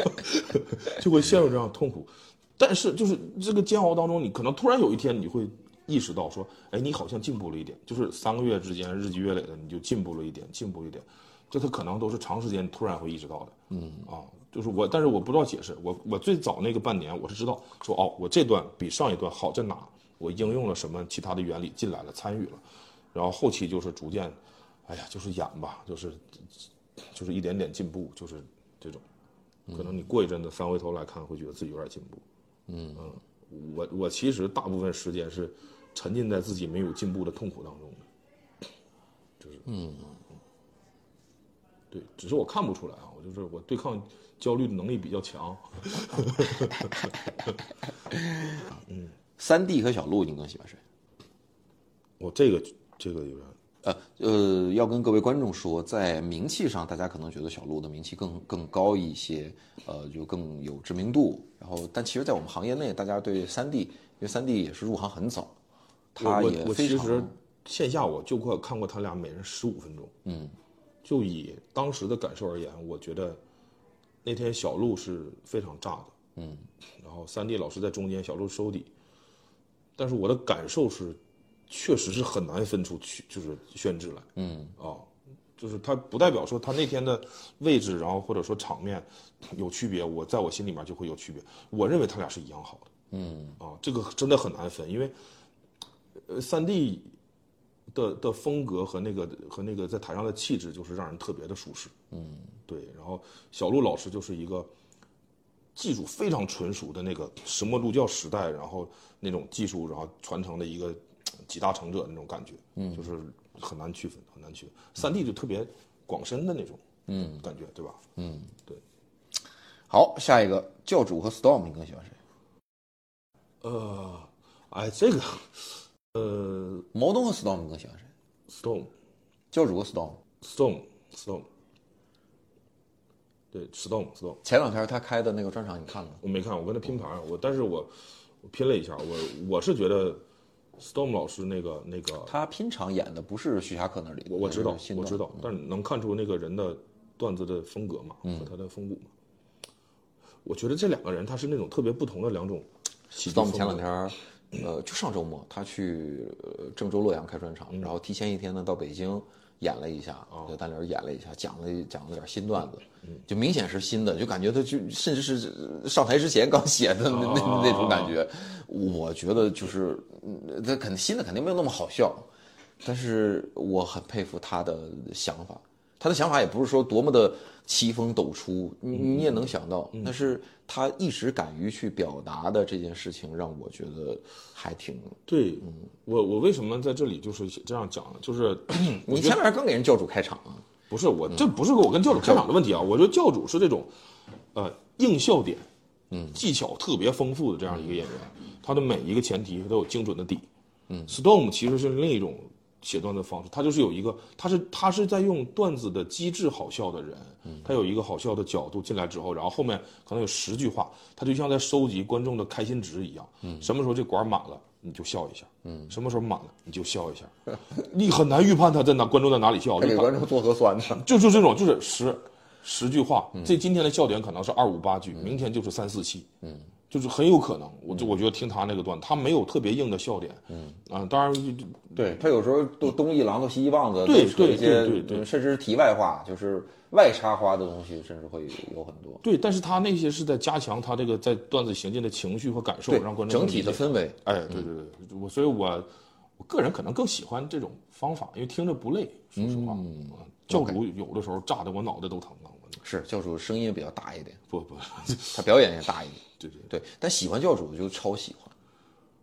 E: 就会陷入这样痛苦。但是就是这个煎熬当中，你可能突然有一天你会意识到说，哎，你好像进步了一点，就是三个月之间日积月累的，你就进步了一点，进步了一点，这他可能都是长时间突然会意识到的。嗯啊，就是我，但是我不知道解释。我我最早那个半年，我是知道说哦，我这段比上一段好在哪，我应用了什么其他的原理进来了，参与了，然后后期就是逐渐，哎呀，就是演吧，就是就是一点点进步，就是这种。可能你过一阵子翻回头来看，会觉得自己有点进步。嗯我我其实大部分时间是沉浸在自己没有进步的痛苦当中的，就是嗯，对，只是我看不出来啊，我就是我对抗焦虑的能力比较强。
B: 三弟和小鹿，你更喜欢谁？
E: 我这个这个有点
B: 呃呃，要跟各位观众说，在名气上，大家可能觉得小鹿的名气更更高一些，呃，就更有知名度。然后，但其实，在我们行业内，大家对三弟，因为三弟也是入行很早，他
E: 我
B: 也
E: 我
B: 非
E: 其实
B: 常
E: 线下我就快看过他俩每人十五分钟，嗯，就以当时的感受而言，我觉得那天小鹿是非常炸的，嗯，然后三 D 老师在中间，小鹿收底，但是我的感受是，确实是很难分出去，就是宣制来，嗯，啊，就是他不代表说他那天的位置，然后或者说场面有区别，我在我心里面就会有区别，我认为他俩是一样好的，嗯，啊，这个真的很难分，因为。呃，三 D 的的风格和那个和那个在台上的气质，就是让人特别的舒适。嗯，对。然后小鹿老师就是一个技术非常纯熟的那个石墨入教时代，然后那种技术，然后传承的一个集大成者的那种感觉。嗯，就是很难区分，很难区分。三 D 就特别广深的那种，嗯，感觉对吧？嗯，对。
B: 好。下一个教主和 Storm，你更喜欢谁？
E: 呃，哎，这个，呃
B: 毛东和 Storm，你更喜欢谁？
E: ，Stone。
B: 教主和 Storm。
E: Stone Stone，对 Stone Stone，
B: 前两天他开的那个专场你看了吗？
E: 我没看，我跟他拼盘儿，啊我但是我我拼了一下，我我是觉得 Stone 老师那个那个，
B: 他拼场演的不是徐霞客那里，
E: 我我知道
B: 那是新嗯
E: 我
B: 段
E: 知道，但是能看出那个人的段子的风格嘛，
B: 嗯
E: 和他的风骨嘛。我觉得这两个人他是那种特别不同的两种喜剧
B: 到我
E: 风
B: 们
E: 格。
B: 前两天儿，呃，就上周末他去呃郑州洛阳开专场，
E: 嗯
B: 然后提前一天呢到北京演了一下，
E: 哦
B: 在单立演了一下，讲了讲了点新段子，就明显是新的，就感觉他就甚至是呃上台之前刚写的那那那那种感
E: 哦
B: 觉。我觉得就是，嗯他肯新的肯定没有那么好笑，但是我很佩服他的想法，他的想法也不是说多么的棋风抖出，你你也能想到，
E: 嗯
B: 但是他一直敢于去表达的这件事情，让我觉得还挺。
E: 对，
B: 嗯
E: 我我为什么在这里就是这样讲呢？就是我
B: 你
E: 觉
B: 前
E: 得。
B: 两天刚给人教主开场啊，
E: 不是我，这嗯不是我跟教主开场的问题啊，我觉得教主是这种，呃，硬笑点，嗯，技巧特别丰富的这样一个演员，他的每一个前提都有精准的底。嗯，Storm 其实是另一种写段子方式，他就是有一个，他是他是在用段子的机制好笑的人，他有一个好笑的角度进来之后，然后后面可能有十句话，他就像在收集观众的开心值一样，什么时候这管满了，你就笑一下，嗯，什么时候满了你就笑一下， 你很难预判他在哪观众在哪里笑，
F: 还给
E: 就
F: 观众做核酸呢。
E: 就就这种就是十十句话，这今天的笑点可能是二五八句，明天就是三四七，嗯，就是很有可能，我就我觉得听他那个段，他没有特别硬的笑点，嗯啊，当然就
F: 对他有时候都东一榔头西一棒子，
E: 嗯对
F: 都扯一些
E: 对对对对
F: 甚至是题外话，就是外插花的东西，甚至会有很多。
E: 对，但是他那些是在加强他这个在段子行进的情绪和感受，
F: 对
E: 让观众
B: 整
E: 更理
B: 体的
E: 解
B: 氛围，
E: 哎，对对对，我所以我，我个人可能更喜欢这种方法，因为听着不累。说实话，嗯、教主有的时候炸得我脑袋都疼啊！我
B: 是教主声音比较大一点，
E: 不不，
B: 他表演也大一点。
E: 对对
B: 对，但喜欢教主的就超喜欢，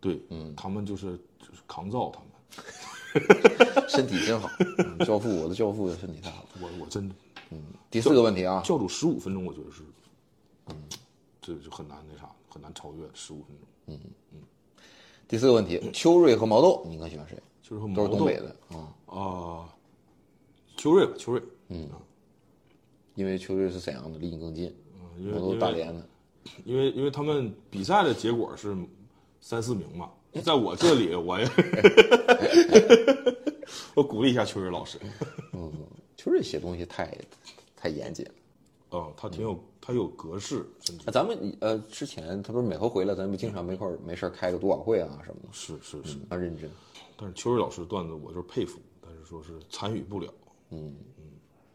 E: 对，嗯，他们就是就是扛造他们，
B: 身体 真好。嗯教父，我的教父身体太好了。
E: 我我真的
B: 第四个问题啊，
E: 教主十五分钟，我觉得是，嗯，这就很难那啥，很难超越十五分钟。
B: 第四个问题，秋瑞和毛豆，你更喜欢谁？
E: 就是和
B: 都
E: 毛
B: 是东
E: 豆
B: 北的啊、
E: 啊，秋瑞吧，秋瑞，嗯，
B: 因为秋瑞是沈阳的，离你更近。
E: 嗯因为
B: 毛豆
E: 因
B: 是大
E: 为
B: 连的，
E: 因为因为他们比赛的结果是三四名 嘛，在我这里我也，我鼓励一下秋瑞老师，
B: 秋瑞写东西太太严谨了。
E: 嗯，他挺有他有格式，甚至
B: 那咱们呃之前他不是每回回来，咱们不经常没块儿没事儿开个读晚会啊什么的，
E: 是是是，
B: 他认真。
E: 嗯但是秋瑞老师的段子我就是佩服，但是说是参与不了，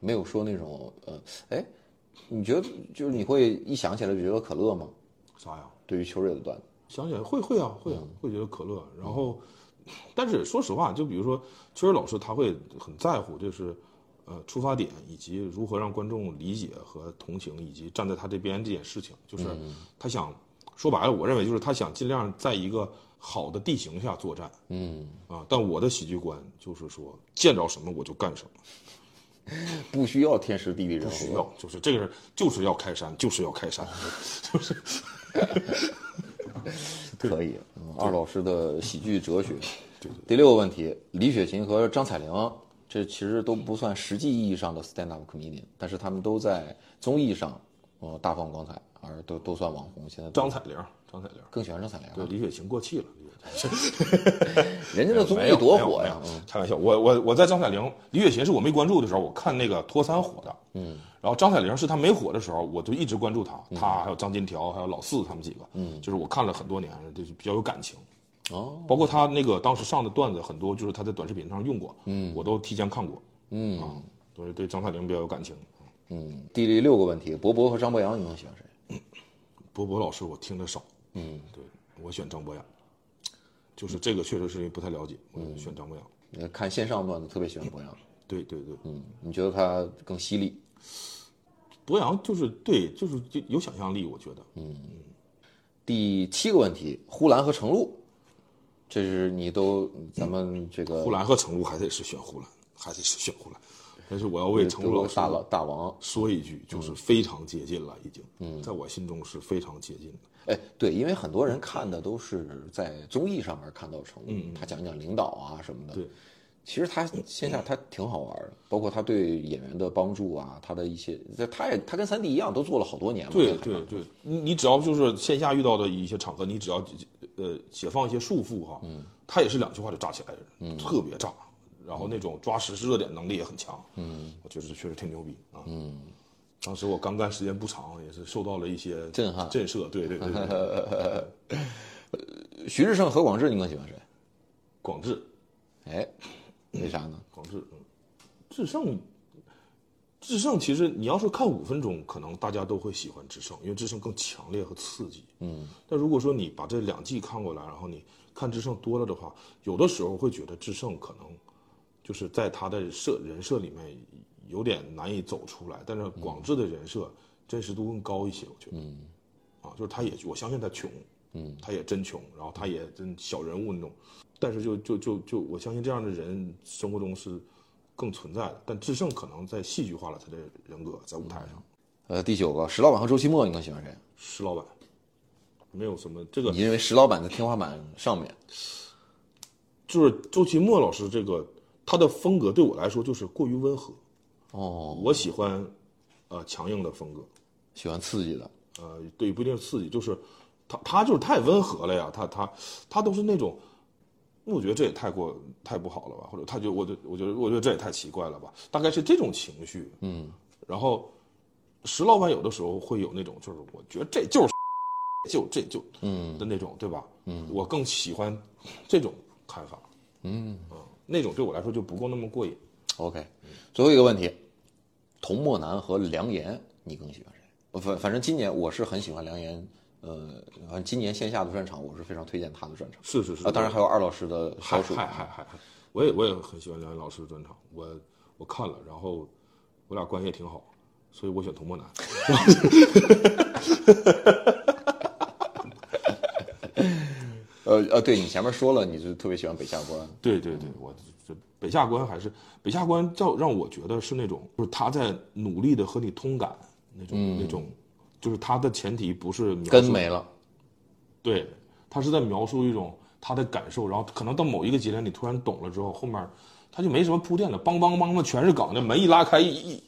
B: 没有说那种呃，哎，你觉得就是你会一想起来就觉得可乐吗？
E: 啥呀？
B: 对于秋瑞的段子，
E: 想起来会会啊会啊会觉得可乐，然后，但是说实话，就比如说秋瑞老师他会很在乎，就是呃出发点以及如何让观众理解和同情，以及站在他这边这件事情，就是他想说白了，我认为就是他想尽量在一个好的地形下作战，嗯啊，但我的喜剧观就是说见着什么我就干什么，
B: 不需要天时地利人
E: 不需
B: 和，
E: 要，就是这个人就是要开山，就是要开山，就是
B: 可以。嗯二老师的喜剧哲学。第六个问题，李雪琴和张彩玲，这其实都不算实际意义上的 stand up comedian，但是他们都在综艺上，呃，大放光彩，而都都算网红。现在都
E: 张彩玲，张彩玲。
B: 更喜欢张彩玲，
E: 对，
B: 啊
E: 李雪琴过气了。李雪琴
B: 人家的综
E: 呃没
B: 艺
E: 有
B: 多
E: 没有
B: 火
E: 没
B: 呀嗯
E: 有！开玩笑，我我我在张彩玲、李雪琴是我没关注的时候，我看那个脱三火的，嗯，然后张彩玲是她没火的时候，我就一直关注她，
B: 嗯
E: 她还有张金条，还有老四他们几个，嗯，就是我看了很多年，就是比较有感情。
B: 哦，
E: 包括她那个当时上的段子很多，就是她在短视频上用过，嗯，我都提前看过，嗯，啊，所以对张彩玲比较有感情。
B: 嗯，第六个问题，博博和张博洋，你更喜欢谁？
E: 博博老师我听的少，嗯，对我选张博洋，就是这个确实是因为不太了解，我选张博洋。
B: 呃看线上段子特别喜欢博洋，
E: 对对对，嗯。
B: 你觉得他更犀利？
E: 博洋就是对，就是就有想象力，我觉得。嗯，
B: 第七个问题，呼兰和程璐，这是你都咱们这个
E: 呼兰和程璐还得是选呼兰，还得是选呼兰。但是我要为程
B: 德
E: 璐
B: 国
E: 老师
B: 大佬大王，
E: 说一句，就是非常接近了，已经。嗯，在我心中是非常接近的。
B: 哎，对，因为很多人看的都是在综艺上面看到程璐，他讲讲领导啊什么的。
E: 嗯对，
B: 其实他线下他挺好玩的，包括他对演员的帮助啊，他的一些，他也他跟三弟一样都做了好多年了。
E: 对
B: 在海外
E: 对对，你你只要就是线下遇到的一些场合，你只要呃解放一些束缚哈，嗯，他也是两句话就炸起来的人，特别炸。然后那种抓实时热点能力也很强，嗯，我觉得确实挺牛逼啊，嗯。当时我刚干时间不长，也是受到了一些
B: 震撼
E: 震慑。对对对对对，
B: 徐志胜、何广智，你更喜欢谁？
E: 广智，
B: 哎，为啥呢？
E: 广智，嗯，智胜，智胜，其实你要是看五分钟，可能大家都会喜欢智胜，因为智胜更强烈和刺激。嗯，但如果说你把这两季看过来，然后你看智胜多了的话，有的时候会觉得智胜可能就是在他的设人设里面有点难以走出来，但是广智的人设真实度更高一些，我觉得。嗯，啊，就是他也，我相信他穷。嗯，他也真穷，然后他也真小人物那种，但是就就就就我相信这样的人生活中是更存在的，但智胜可能在戏剧化了他的人格，在舞台上，
B: 呃，第九个，石老板和周奇墨，你更喜欢谁？
E: 石老板没有什么这个
B: 你，认为石老板在天花板上面？
E: 就是周奇墨老师这个他的风格对我来说就是过于温和，
B: 哦，
E: 我喜欢呃强硬的风格，
B: 喜欢刺激的。
E: 呃，对，不一定是刺激，就是他他就是太温和了呀，他他他都是那种那我觉得这也太过太不好了吧，或者他就我就我觉得我觉得这也太奇怪了吧，大概是这种情绪，嗯，然后石老板有的时候会有那种就是我觉得这就是就这就嗯的那种对吧？嗯，我更喜欢这种看法，嗯那种对我来说就不够那么过瘾。
B: OK，最后一个问题，童漠南和梁岩，你更喜欢谁？呃反反正今年我是很喜欢梁岩，呃，反正今年线下的专场我是非常推荐他的专场
E: 是是是
B: 啊，当然还有二老师的
E: 嗨
B: 小鼠，
E: 嗨嗨嗨，我也我也很喜欢梁云老师的专场，我我看了，然后我俩关系也挺好，所以我选童漠南。
B: 呃呃，对你前面说了，你就特别喜欢北下关，
E: 对对对，我这北下关还是北下关，叫让我觉得是那种，就是他在努力的和你通感那种、那种，就是他的前提不是描述
B: 根没了，
E: 对他是在描述一种他的感受，然后可能到某一个节点你突然懂了之后，后面他就没什么铺垫了，梆梆梆的全是梗，那门一拉开一一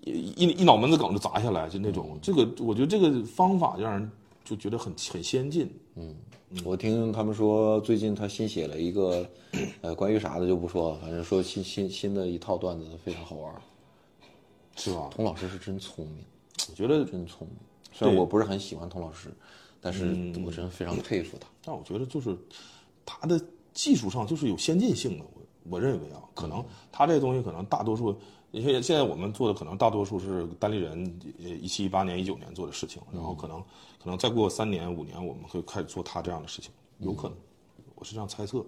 E: 一一一脑门子梗就砸下来，就那种。这个我觉得这个方法让人就觉得很很先进。
B: 嗯我听他们说，最近他新写了一个，呃，关于啥的就不说了，反正说新新新的一套段子非常好玩儿。
E: 是吧？
B: 童老师是真聪明，
E: 我觉得，
B: 真聪明。虽然
E: 对嗯
B: 我不是很喜欢童老师，但是我真非常佩服他。
E: 但我觉得就是他的技术上就是有先进性的，我我认为啊，可能他这东西可能大多数，你看现在我们做的可能大多数是单立人，呃，一七、一八年、一九年做的事情，然后可能可能再过三年、五年，我们会开始做他这样的事情，有可能，我是这样猜测。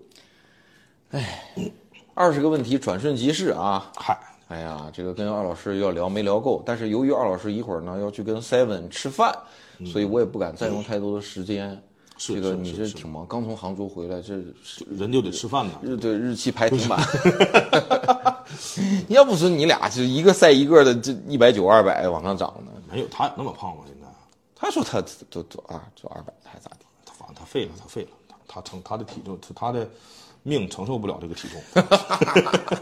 B: 二十个问题转瞬即逝啊！
E: 嗨，
B: 哎呀，这个跟二老师要聊没聊够，但是由于二老师一会儿呢要去跟 Seven 吃饭，所以我也不敢再用太多的时间。
E: 嗯是
B: 这个
E: 是
B: 你
E: 是
B: 这
E: 是
B: 挺忙，刚从杭州回来，这是
E: 人就得吃饭呢。
B: 日对日期排挺满。要不说你俩就一个赛一个的，这一百九、二百往上涨呢。
E: 没有，他有那么胖吗？现在
B: 他说他就就啊，就二百还咋地？
E: 他反正他废了，他废了，他他承他的体重，他的命承受不了这个体重。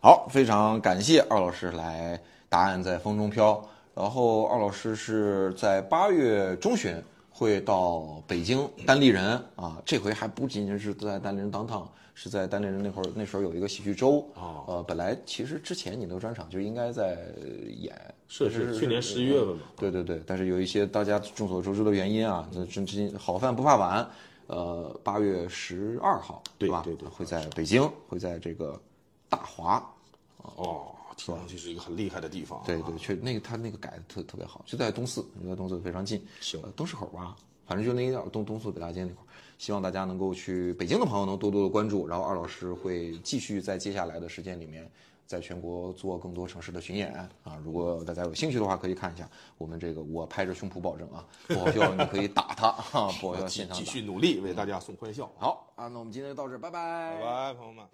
B: 好，非常感谢二老师来，答案在风中飘。然后二老师是在八月中旬会到北京单立人啊，这回还不仅仅是在单立人当趟，是在单立人那会儿那时候有一个喜剧周
E: 哦
B: 呃，本来其实之前你那个专场就应该在呃演，
E: 是
B: 但
E: 是去年11月份吧
B: 对对对，但是有一些大家众所周知的原因啊，这真真好饭不怕晚。呃，八月十二号，
E: 对
B: 吧？
E: 对对
B: 会在北京，会在这个大华
E: 哦，听上去是一个很厉害的地方啊。
B: 对对，确那个他那个改的特特别好，就在东四，就在东四非常近，
E: 行
B: 呃东市口吧，反正就那一点儿东东四北大街那块儿。希望大家能够去北京的朋友能多多的关注，然后二老师会继续在接下来的时间里面，在全国做更多城市的巡演啊。如果大家有兴趣的话，可以看一下我们这个，我拍着胸脯保证啊，不好笑你可以打他啊，不好笑
E: 继
B: 现场
E: 继
B: 打。
E: 续努力为大家送欢笑。，啊
B: 嗯好啊，那我们今天就到这儿，拜拜
E: 拜拜，朋友们。